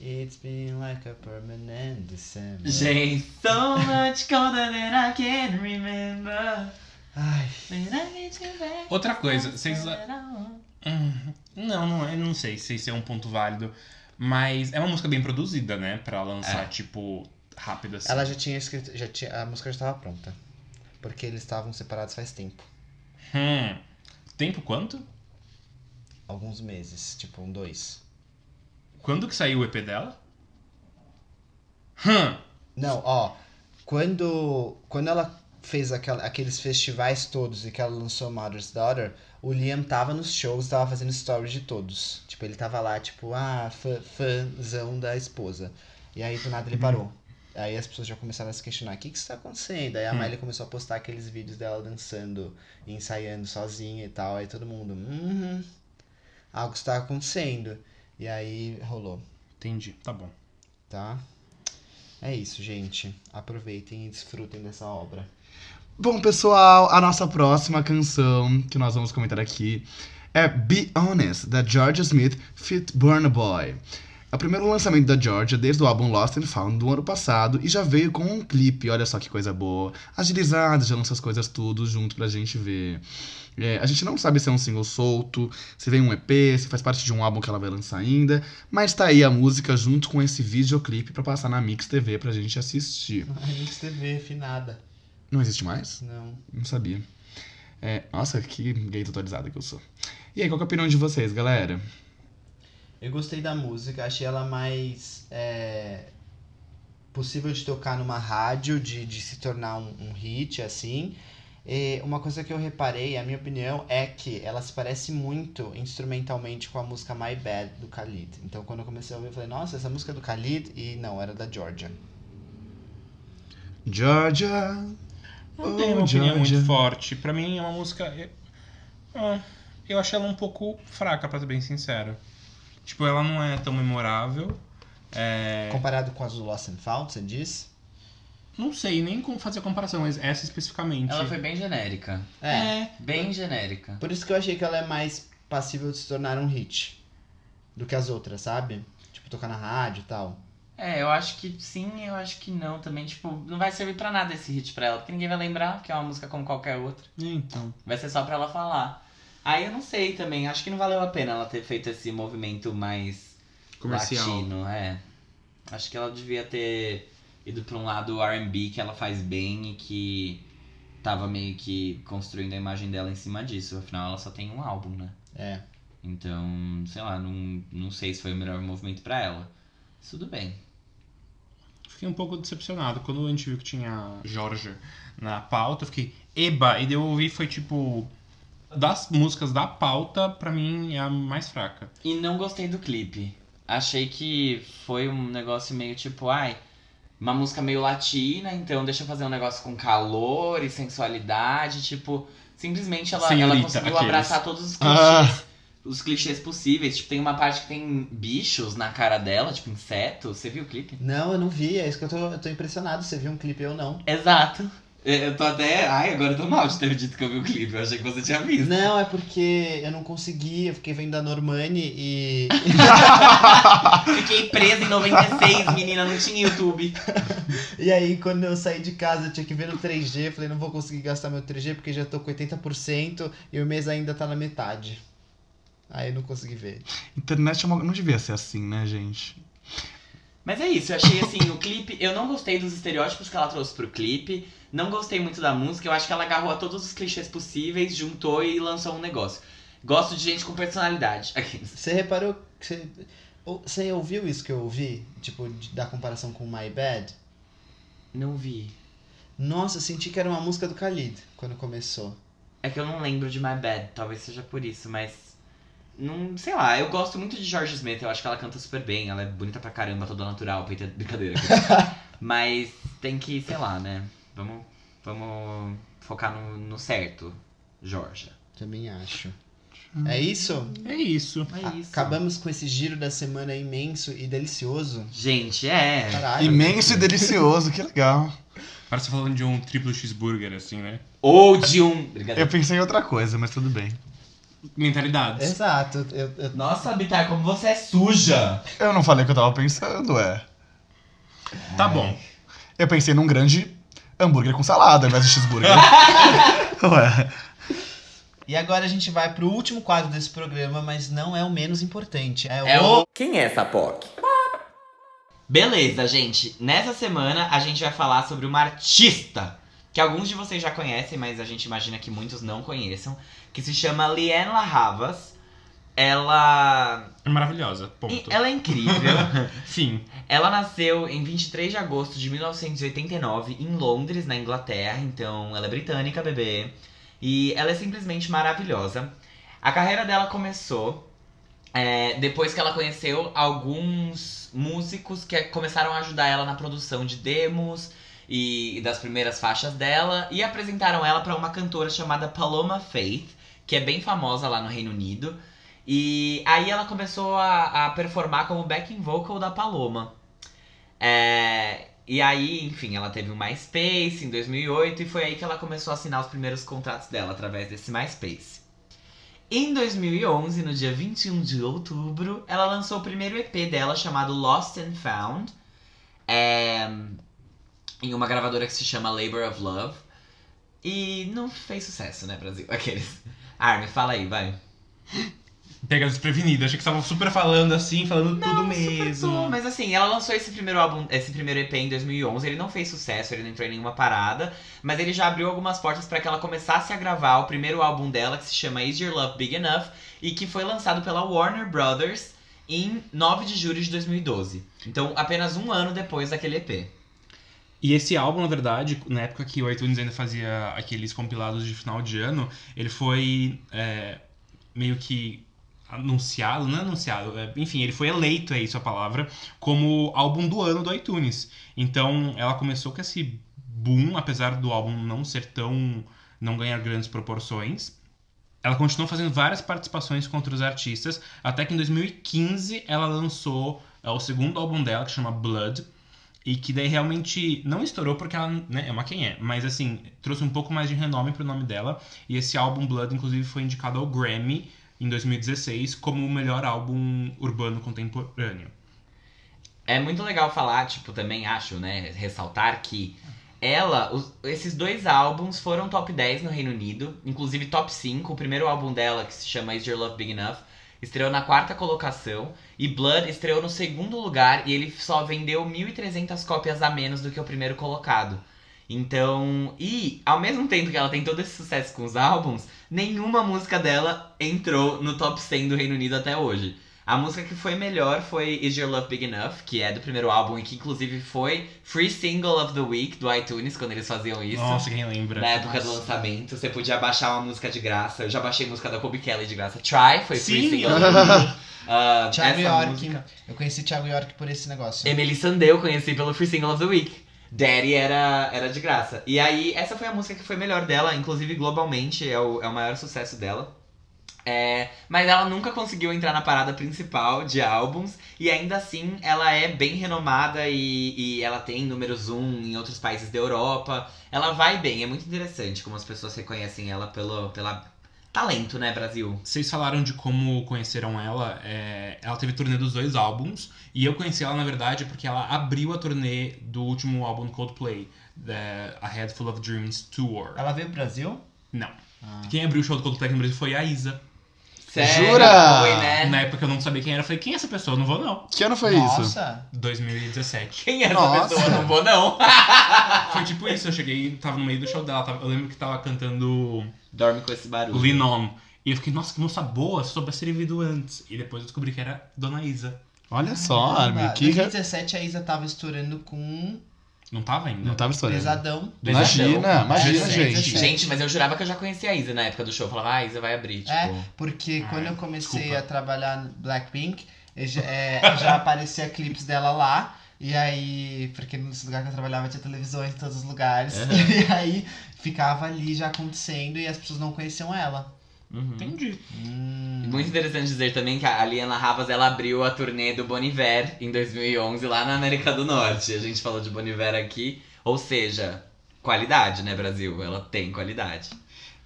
C: It's been like a permanent December.
A: Gente, so much colder than I can remember.
C: Ai,
A: When I get you back.
D: Outra coisa, vocês.
A: Não,
D: Hum, Não, não, eu não sei se isso é um ponto válido. Mas é uma música bem produzida, né? Pra lançar,
A: É.
D: tipo, rápido assim.
C: ela já tinha escrito, já tinha, a música já estava pronta. Porque eles estavam separados faz tempo,
D: Hum. Tempo quanto?
C: alguns meses, tipo um dois.
D: Quando que saiu o EP dela? Hum.
C: Não, ó, quando quando ela fez aquela- aqueles festivais todos e que ela lançou Mother's Daughter, o Liam tava nos shows, tava fazendo stories de todos. Tipo, ele tava lá, tipo, ah, fã, fãzão da esposa. E aí, do nada, ele parou. Aí as pessoas já começaram a se questionar, o que que está acontecendo? Aí a Miley começou a postar aqueles vídeos dela dançando, e ensaiando sozinha e tal. Aí todo mundo, uhum, algo está acontecendo. E aí rolou,
D: Entendi, tá bom.
C: tá? É isso, gente. Aproveitem e desfrutem dessa obra.
B: Bom, pessoal, a nossa próxima canção que nós vamos comentar aqui é Be Honest, da Georgia Smith feat. Burna Boy. É o primeiro lançamento da Georgia desde o álbum Lost and Found do ano passado e já veio com um clipe, olha só que coisa boa. Agilizado, já lançou as coisas tudo junto pra gente ver. É, a gente não sabe se é um single solto, se vem um EP, se faz parte de um álbum que ela vai lançar ainda, mas tá aí a música junto com esse videoclipe pra passar na Mix TV pra gente assistir.
C: Remix TV, finada.
B: Não existe mais?
C: Não.
B: Não sabia. É, nossa, que gay totalizada que eu sou. E aí, qual que é a opinião de vocês, galera?
C: Eu gostei da música, achei ela mais é, possível de tocar numa rádio, de, de se tornar um, um hit, assim. E uma coisa que eu reparei, a minha opinião, é que ela se parece muito instrumentalmente com a música My Bad do Khalid. Então quando eu comecei a ouvir, eu falei, nossa, essa música é do Khalid? E não, era da Georgia.
B: Georgia!
D: Não
A: Tá
B: Oh,
D: tenho uma opinião
B: Georgia.
D: muito forte. Pra mim é uma música. Eu, ah, eu acho ela um pouco fraca, pra ser bem sincero. Tipo, ela não é tão memorável.
C: Comparado com as do Lost and Found, você diz?
D: Não sei nem como fazer a comparação, mas essa especificamente.
A: Ela foi bem genérica.
C: É.
A: Bem genérica.
C: Por isso que eu achei que ela é mais passível de se tornar um hit do que as outras, sabe? Tipo, tocar na rádio e tal.
A: É, eu acho que sim, eu acho que não também. Tipo, não vai servir pra nada esse hit pra ela, porque ninguém vai lembrar que é uma música como qualquer outra.
D: Então.
A: Vai ser só pra ela falar. Aí eu não sei também, acho que não valeu a pena ela ter feito esse movimento mais
D: Comercial.
A: latino, é. Acho que ela devia ter ido pra um lado R&B que ela faz bem e que tava meio que construindo a imagem dela em cima disso. Afinal, ela só tem um álbum, né?
C: É.
A: Então, sei lá, não, não sei se foi o melhor movimento pra ela. Mas Tudo bem.
D: Fiquei um pouco decepcionado. Quando a gente viu que tinha Jorge na pauta, eu fiquei, eba! E daí eu ouvi foi tipo. Das músicas da pauta, pra mim é a mais fraca.
A: E não gostei do clipe. Achei que foi um negócio meio tipo, ai, uma música meio latina, então deixa eu fazer um negócio com calor e sensualidade, tipo, simplesmente ela, ela
D: Senhorita,
A: conseguiu
D: aqueles.
A: abraçar todos os clichês,
B: Ah!
A: os clichês possíveis. Tipo, tem uma parte que tem bichos na cara dela, tipo, insetos. Você viu o clipe?
C: Não, eu não vi, é isso que eu tô, eu tô impressionado. Você viu um clipe eu não.
A: Exato. É, Eu tô até. Ai, agora eu tô mal de ter dito que eu vi o clipe. Eu achei que você tinha visto.
C: Não, é porque eu não consegui, eu fiquei vendo a Normani e.
A: Fiquei presa em 96, menina, não tinha YouTube.
C: e aí, quando eu saí de casa, eu tinha que ver no 3G. Falei, não vou conseguir gastar meu 3G porque já tô com 80% e o mês ainda tá na metade. Aí eu não consegui ver.
B: Internet é uma- não devia ser assim, né, gente?
A: Mas é isso, eu achei assim, o clipe. Eu não gostei dos estereótipos que ela trouxe pro clipe. Não gostei muito da música. Eu acho que ela agarrou a todos os clichês possíveis, juntou e lançou um negócio. Gosto de gente com personalidade. Aqueles.
C: Você reparou que você. ou- Você ouviu isso que eu ouvi? Tipo, de- da comparação com My Bad?
A: Não vi.
C: Nossa, eu senti que era uma música do Khalid quando começou.
A: É que eu não lembro de My Bad, talvez seja por isso, mas. Não, sei lá, eu gosto muito de George Smith, eu acho que ela canta super bem, ela é bonita pra caramba, toda natural, peita brincadeira. mas tem que, sei lá, né? Vamos, vamos focar no, no certo, Georgia.
C: Também acho.
B: Hum.
C: É isso?
D: É isso.
A: É isso.
C: Acabamos com esse giro da semana imenso e delicioso.
A: Gente, é.
C: Caralho.
B: Imenso e delicioso, que legal.
D: Parece que eu tô falando de um triplo cheeseburger, assim, né?
A: Ou de um.
B: Eu pensei em outra coisa, mas tudo bem.
D: Mentalidades.
C: Exato. Eu, eu-
A: Nossa, Bitar, como você é suja!
B: Eu não falei o que eu tava pensando, é.
D: Tá bom.
B: Eu pensei num grande hambúrguer com salada, ao invés de cheeseburger. Ué.
C: E agora a gente vai pro último quadro desse programa, mas não é o menos importante. É,
A: É
C: o...
A: o. Quem é essa POC? Beleza, gente. Nessa semana a gente vai falar sobre uma artista que alguns de vocês já conhecem, mas a gente imagina que muitos não conheçam, que se chama Liane Lavas. Ela.
D: É maravilhosa. Ponto.
A: Ela é incrível.
D: Fim.
A: Ela nasceu em 23 de agosto de 1989 em Londres, na Inglaterra, então ela é britânica, bebê. E ela é simplesmente maravilhosa. A carreira dela começou é, depois que ela conheceu alguns músicos que começaram a ajudar ela na produção de demos e, e das primeiras faixas dela e apresentaram ela para uma cantora chamada Paloma Faith, que é bem famosa lá no Reino Unido. E aí ela começou a, a performar como backing vocal da Paloma. É, e aí, enfim, ela teve um MySpace em 2008 e foi aí que ela começou a assinar os primeiros contratos dela através desse MySpace. Em 2011, no dia 21 de outubro, ela lançou o primeiro EP dela chamado Lost and Found, é, em uma gravadora que se chama Labor of Love. E não fez sucesso, né, Brasil? Aqueles. Armin, fala aí, vai.
D: Pega desprevenida. Achei que você tava super falando assim, falando tudo mesmo.
A: Bom, mas assim, ela lançou esse primeiro álbum, esse primeiro EP em 2011, ele não fez sucesso, ele não entrou em nenhuma parada, mas ele já abriu algumas portas pra que ela começasse a gravar o primeiro álbum dela, que se chama Is Your Love Big Enough, e que foi lançado pela Warner Brothers em 9 de julho de 2012. Então, apenas um ano depois daquele EP.
D: E esse álbum, na verdade, na época que o iTunes ainda fazia aqueles compilados de final de ano, ele foi é, meio que anunciado, não é anunciado, é, enfim, ele foi eleito, é isso a palavra, como álbum do ano do iTunes. Então, ela começou com esse boom, apesar do álbum não ser tão, não ganhar grandes proporções. Ela continuou fazendo várias participações contra os artistas, até que em 2015 ela lançou é, o segundo álbum dela, que chama Blood, E que daí realmente não estourou porque ela né, é uma quem é, mas assim, trouxe um pouco mais de renome pro nome dela. E esse álbum Blood, inclusive, foi indicado ao Grammy em 2016 como o melhor álbum urbano contemporâneo.
A: É muito legal falar, tipo, também acho, né, ressaltar que ela, os- esses dois álbuns foram top 10 no Reino Unido, inclusive top 5. O primeiro álbum dela, que se chama Is Your Love Big Enough, estreou na quarta colocação e Blood estreou no segundo lugar e ele só vendeu 1.300 cópias a menos do que o primeiro colocado. Então, e ao mesmo tempo que ela tem todo esse sucesso com os álbuns, nenhuma música dela entrou no top 100 do Reino Unido até hoje. A música que foi melhor foi Is Your Love Big Enough, que é do primeiro álbum e que inclusive foi Free Single of the Week do iTunes, quando eles faziam isso.
D: Nossa, quem lembra?
A: Na época do lançamento, você podia baixar uma música de graça. Eu já baixei música da Kobe Kelly de graça. Try foi free
D: Sim,
A: single.
D: eu
A: Ah,
C: Thiago
A: essa
C: York.
A: música.
C: Eu conheci Thiago York por esse negócio.
A: Emily Sandeu eu É conheci pelo Free Single of the Week. Daddy era, era de graça. E aí, essa foi a música que foi melhor dela, inclusive globalmente, é o, é o maior sucesso dela. É, mas ela nunca conseguiu entrar na parada principal de álbuns, e ainda assim ela é bem renomada e, e ela tem números um em outros países da Europa. Ela vai bem, é muito interessante como as pessoas reconhecem ela pelo pela talento, né, Brasil?
D: Vocês falaram de como conheceram ela. é, ela teve turnê dos dois álbuns. E eu conheci ela, na verdade, porque ela abriu a turnê do último álbum do Coldplay, da A Head Full of Dreams Tour.
C: Ela veio pro Brasil?
D: Não.
C: Ah.
D: Quem abriu o show do Coldplay aqui no Brasil foi a Isa.
A: Sério,
B: Jura?
A: Foi, né?
D: Na época que eu não sabia quem era, eu falei, quem é essa pessoa? Eu não vou, não.
B: Que ano foi isso?
C: Nossa.
D: 2017.
A: Quem é essa
B: Nossa.
A: pessoa? Não vou, não.
D: Foi tipo isso, eu cheguei, tava no meio do show dela, tava- eu lembro que tava cantando
A: Dorme com esse barulho.
D: Lean On. E eu fiquei, nossa, que moça boa, só soubesse ter vindo antes. E depois eu descobri que era Dona Isa.
B: Olha É só,
C: Caramba,
B: Armin, que... re-
C: 2017 a Isa tava estourando com
D: Não tava ainda.
B: Não tava estourando.
C: Pesadão.
B: Imagina, imagina,
D: Recente.
B: gente.
A: Gente, mas eu jurava que eu já conhecia a Isa na época do show. Eu falava, ah, a Isa vai abrir, tipo.
C: É. Porque
D: Ah,
C: quando eu comecei
D: desculpa.
C: a trabalhar no Blackpink, eu já- é, já aparecia clipes dela lá. E aí, porque nesse lugar que eu trabalhava tinha televisões em todos os lugares. E aí ficava ali já acontecendo e as pessoas não conheciam ela.
A: Uhum.
D: Entendi.
C: Hum.
A: Muito interessante dizer também que a Liana Ravas ela abriu a turnê do Boniver em 2011 lá na América do Norte. A gente falou de Boniver aqui, ou seja, qualidade, né, Brasil? Ela tem qualidade.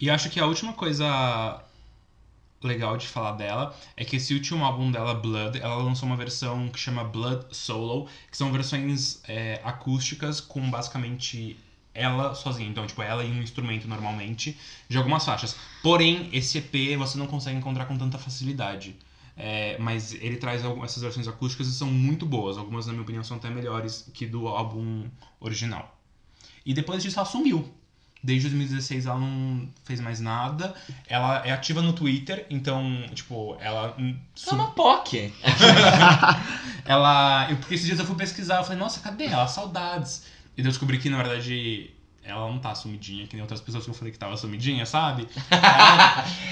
D: E acho que a última coisa legal de falar dela é que esse último álbum dela, Blood, ela lançou uma versão que chama Blood Solo, que são versões é, acústicas com basicamente ela sozinha, então tipo ela e um instrumento normalmente de algumas faixas. Porém, esse EP você não consegue encontrar com tanta facilidade. É, mas ele traz algumas, essas versões acústicas e são muito boas. Algumas, na minha opinião, são até melhores que do álbum original. E depois disso ela sumiu. Desde 2016 ela não fez mais nada. Ela é ativa no Twitter, então, tipo, ela. hum,
A: Só
D: sum-
A: é uma POC.
D: Ela. Eu, porque esses dias eu fui pesquisar, eu falei, nossa, cadê ela? Saudades. E daí eu descobri que, na verdade, ela não tá sumidinha, que nem outras pessoas que eu falei que tava sumidinha, sabe?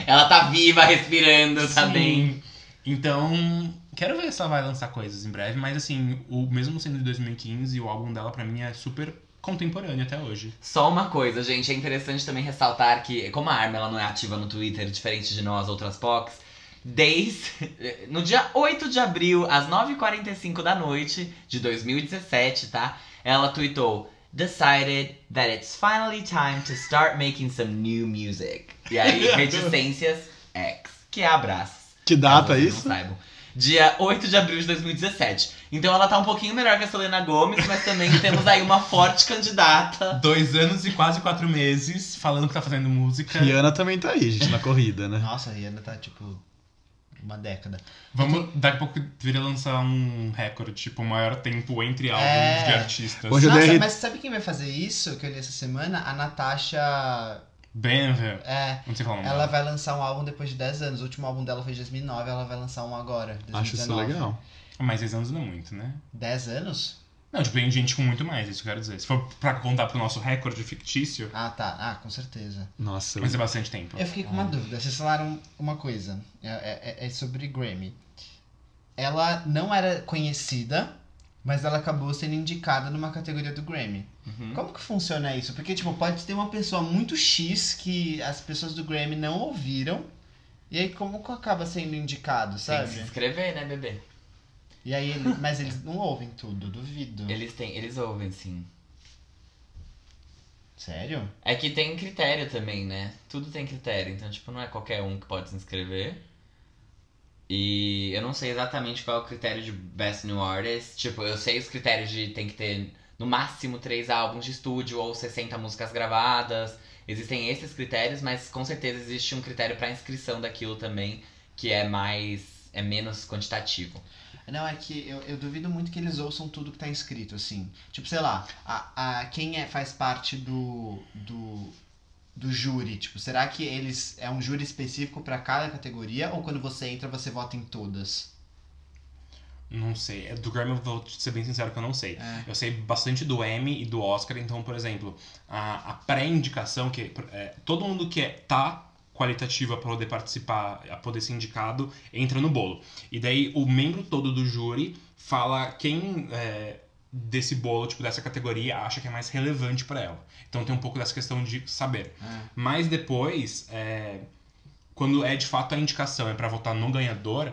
A: ela tá viva, respirando, tá
D: Sim.
A: bem.
D: Então, quero ver se ela vai lançar coisas em breve, mas assim, o mesmo sendo de 2015, o álbum dela pra mim é super contemporâneo até hoje.
A: Só uma coisa, gente, é interessante também ressaltar que, como a Arma ela não é ativa no Twitter, diferente de nós outras POCs, desde no dia 8 de abril, às 9h45 da noite de 2017, tá? Ela tweetou: Decided that it's finally time to start making some new music. E aí, reticências X, que é abraços.
B: Que data é
A: Caso vocês
B: isso?
A: Não saibam. Dia 8 de abril de 2017. Então ela tá um pouquinho melhor que a Selena Gomes, mas também temos aí uma forte candidata.
D: Dois anos e quase quatro meses falando que tá fazendo música.
B: Rihanna também tá aí, gente, na corrida, né?
C: Nossa, a Rihanna tá tipo uma década.
D: Vamos, daqui a pouco deveria lançar um recorde, tipo, o maior tempo entre álbuns
C: É.
D: de artistas.
B: Hoje- eu
C: Nossa,
B: dei-
C: mas sabe quem vai fazer isso que eu li essa semana? A Natasha.
D: Benver.
C: É.
D: Não sei falar o nome
C: Ela
D: dela.
C: vai lançar um álbum depois de 10 anos. O último álbum dela foi em 2009, ela vai lançar um agora. 2019.
B: Acho isso legal.
D: Mas seis anos não é muito, né?
C: 10 anos?
D: Não, tipo, tem gente com muito mais, isso que eu quero dizer. Se for pra contar pro nosso recorde fictício,
C: Ah, tá. Ah, com certeza.
B: Nossa, eu-
D: vai ser bastante tempo.
C: Eu fiquei com uma dúvida. Vocês falaram uma coisa. É, é- é sobre Grammy. Ela não era conhecida, mas ela acabou sendo indicada numa categoria do Grammy. Como que funciona isso? Porque, tipo, pode ter uma pessoa muito X que as pessoas do Grammy não ouviram. E aí, como que acaba sendo indicado,
A: Tem que se
C: sabe?
A: inscrever, né, bebê?
C: E aí, mas eles não ouvem tudo, duvido.
A: Eles têm, eles ouvem sim.
C: Sério?
A: É que tem critério também, né? Tudo tem critério, então tipo, não é qualquer um que pode se inscrever. E eu não sei exatamente qual é o critério de Best New Artist. Tipo, eu sei os critérios de tem que ter no máximo três álbuns de estúdio ou 60 músicas gravadas. Existem esses critérios, mas com certeza existe um critério pra inscrição daquilo também, que é mais é menos quantitativo.
C: Não, é que eu, eu duvido muito que eles ouçam tudo que tá escrito, assim. Tipo, sei lá, a, a, quem é, faz parte do, do, do júri? Tipo, será que eles é um júri específico pra cada categoria? Ou quando você entra, você vota em todas?
D: Não sei. É, Do Grammy eu vou ser bem sincero que eu não sei. Eu sei bastante do Emmy e do Oscar, então, por exemplo, a, a pré-indicação, que é, todo mundo que é, tá qualitativo a poder participar, a poder ser indicado, entra no bolo. E daí o membro todo do júri fala quem é, desse bolo, tipo, dessa categoria, acha que é mais relevante pra ela. Então tem um pouco dessa questão de saber. Mas depois, é, quando é de fato a indicação, é pra votar no ganhador,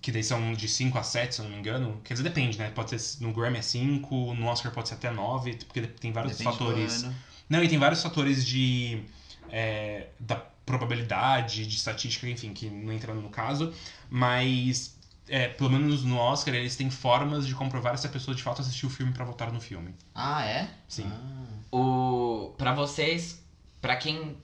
D: que daí são de 5 a 7, se eu não me engano. Quer dizer, depende, né? Pode ser no Grammy é 5, no Oscar pode ser até 9, porque tem vários
C: Ah, Depende do
D: fatores.
C: ano.
D: Não, e tem vários fatores de. é, da probabilidade, de estatística, enfim, que não entra no caso, mas. é, pelo menos no Oscar, eles têm formas de comprovar se a pessoa de fato assistiu o filme pra votar no filme.
C: Ah, é?
D: Sim.
C: Ah.
A: O para vocês, pra quem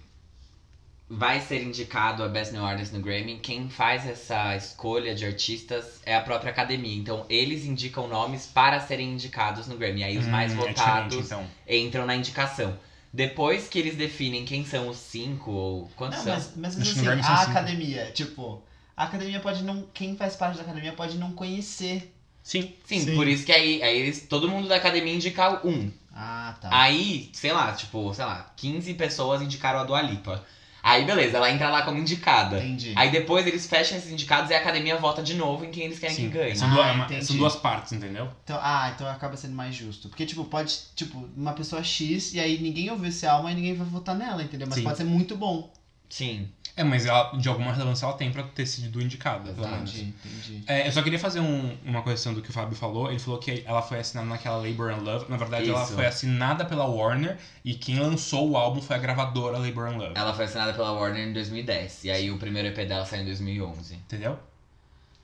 A: vai ser indicado a Best New Artist no Grammy, quem faz essa escolha de artistas é a própria academia. Então, eles indicam nomes para serem indicados no Grammy. Aí os mais
D: Hum, é
A: votados
D: diferente, então.
A: entram na indicação. Depois que eles definem quem são os cinco ou quantos
C: Não,
A: são.
C: mas, mas
D: Acho que no
C: assim,
D: Grammy são
C: a
D: cinco.
C: academia, tipo... A academia pode não... Quem faz parte da academia pode não conhecer.
D: Sim.
A: Sim,
B: Sim.
A: por isso que aí, aí eles, todo mundo da academia indica um.
C: Ah, tá.
A: Aí, sei lá, tipo, sei lá, 15 pessoas indicaram a Dua Lipa. Aí, beleza, ela entra lá como indicada.
C: Entendi.
A: Aí depois eles fecham esses indicados e a academia vota de novo em quem eles querem
D: sim.
A: que ganhe.
D: São,
C: Ah,
D: duas, é uma-
C: entendi.
D: são duas partes, entendeu?
C: Então, ah, então acaba sendo mais justo. Porque, tipo, pode, tipo, uma pessoa X e aí ninguém ouviu esse álbum e ninguém vai votar nela, entendeu? Mas
D: Sim.
C: pode ser muito bom.
A: Sim.
D: É, mas ela, de alguma relevância ela tem pra ter sido indicada, pelo menos.
C: Entendi, entendi.
D: É, eu só queria fazer um- uma correção do que o Fábio falou. Ele falou que ela foi assinada naquela Labor and Love. Na verdade, ela
A: Isso.
D: foi assinada pela Warner e quem lançou o álbum foi a gravadora Labor and Love.
A: Ela foi assinada pela Warner em 2010. E aí o primeiro EP dela saiu em 2011.
D: Entendeu?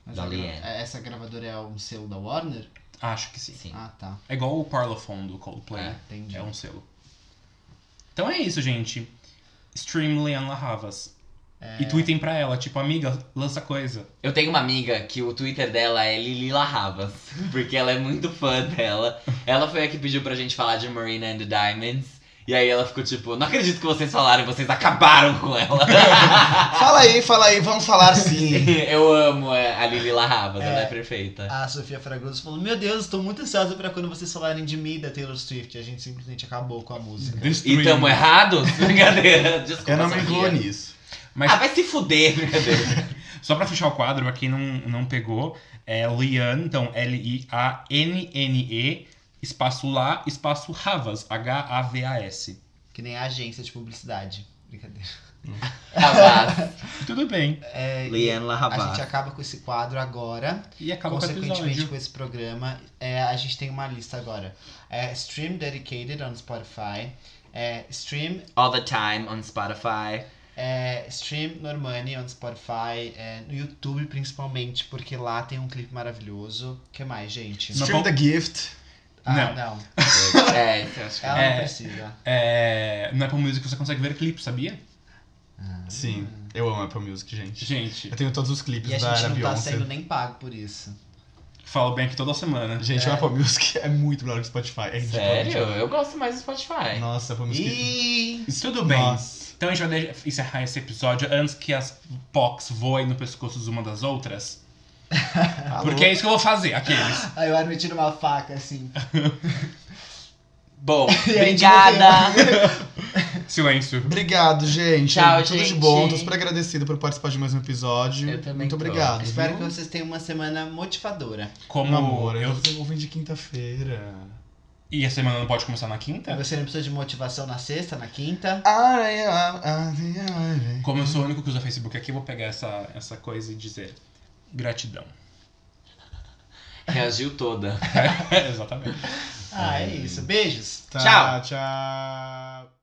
C: Mas
A: Da
C: a gra-
A: Liana.
C: Essa gravadora é um selo da Warner?
D: Acho que sim.
A: Sim.
C: Ah, tá.
D: É igual o Parlophone do Coldplay.
A: É.
C: Entendi.
D: É um selo. Então é isso, gente. Stream Leanna Ravas. E tweetem pra ela, tipo, amiga, lança coisa.
A: Eu tenho uma amiga que o Twitter dela é Lilila Ravas. Porque ela é muito fã dela. Ela foi a que pediu pra gente falar de Marina and the Diamonds. E aí ela ficou tipo, não acredito que vocês falaram, vocês acabaram com ela.
B: Fala aí, fala aí, vamos falar sim.
A: Eu amo é, a Lilila Ravas, ela é
C: É.
A: perfeita.
C: A Sofia Fragoso falou: Meu Deus, estou muito ansiosa pra quando vocês falarem de mim e da Taylor Swift. A gente simplesmente acabou com a música.
D: Destruindo.
A: E tamo errados? Brincadeira, desculpa.
B: Eu não me
A: Sofia.
B: incluo nisso.
D: Mas
A: Ah, vai se fuder, brincadeira.
D: Só pra fechar o quadro, pra quem não, não pegou, é Liane, então L-I-A-N-N-E, espaço lá, espaço Ravas, H-A-V-A-S.
C: Que nem a agência de publicidade. Brincadeira.
A: Ravas.
D: Tudo bem.
C: É,
A: Liane
C: a gente
A: Lahavas.
C: acaba com esse quadro agora.
D: E
B: Tá
D: acaba com o
C: Consequentemente,
D: episódio.
C: com esse programa, é, a gente tem uma lista agora. É, stream Dedicated on Spotify. É, stream,
A: All the time on Spotify.
C: é, stream Normani on Spotify. é, no YouTube, principalmente, porque lá tem um clipe maravilhoso. O que mais, gente?
D: Não.
B: Stream the gift.
C: Ah,
D: Não.
C: não.
A: É, isso eu acho que
C: Ela
D: É.
C: não precisa.
D: É, no Apple Music você consegue ver clipe, sabia?
B: Sim, eu amo Apple Music, gente.
D: Gente,
B: Eu tenho todos os clipes
C: E a
B: da
C: gente
B: era
C: não tá
B: Beyoncé.
C: sendo nem pago por isso.
D: falo bem aqui toda semana.
B: Gente, o Apple Music é muito melhor que o Spotify. É ridiculamente
A: Sério?
B: melhor.
A: Eu gosto mais do Spotify.
B: Nossa, Apple Music.
C: E...
D: Tudo bem.
B: Nossa.
D: Então a gente vai de- encerrar esse episódio antes que as pox voem no pescoço uma das outras. Porque é isso que eu vou fazer, aqueles.
C: Aí o Armin tira uma faca, assim.
A: Bom,
C: obrigada.
A: obrigada.
D: Silêncio.
B: Obrigado, gente.
A: Tchau,
B: Tudo de
A: gente.
B: bom. Tô super agradecido por participar de mais um episódio.
A: Eu também
B: Muito
A: tô.
B: obrigado.
C: Espero que
B: viu?
C: vocês tenham uma semana motivadora.
D: Como
B: Meu amor, eu
D: eu...
B: tô desenvolvendo de quinta-feira.
D: E a semana não pode começar na
B: Tá.
D: quinta?
C: Você não precisa de motivação na sexta, na quinta.
B: Ai, ai, ai, ai.
D: Como eu sou o único que usa Facebook aqui, eu vou pegar essa, essa coisa e dizer gratidão.
A: Reagiu toda.
D: Exatamente.
C: Ah, é isso. Beijos.
B: Tá,
A: Tchau.
B: Tchau.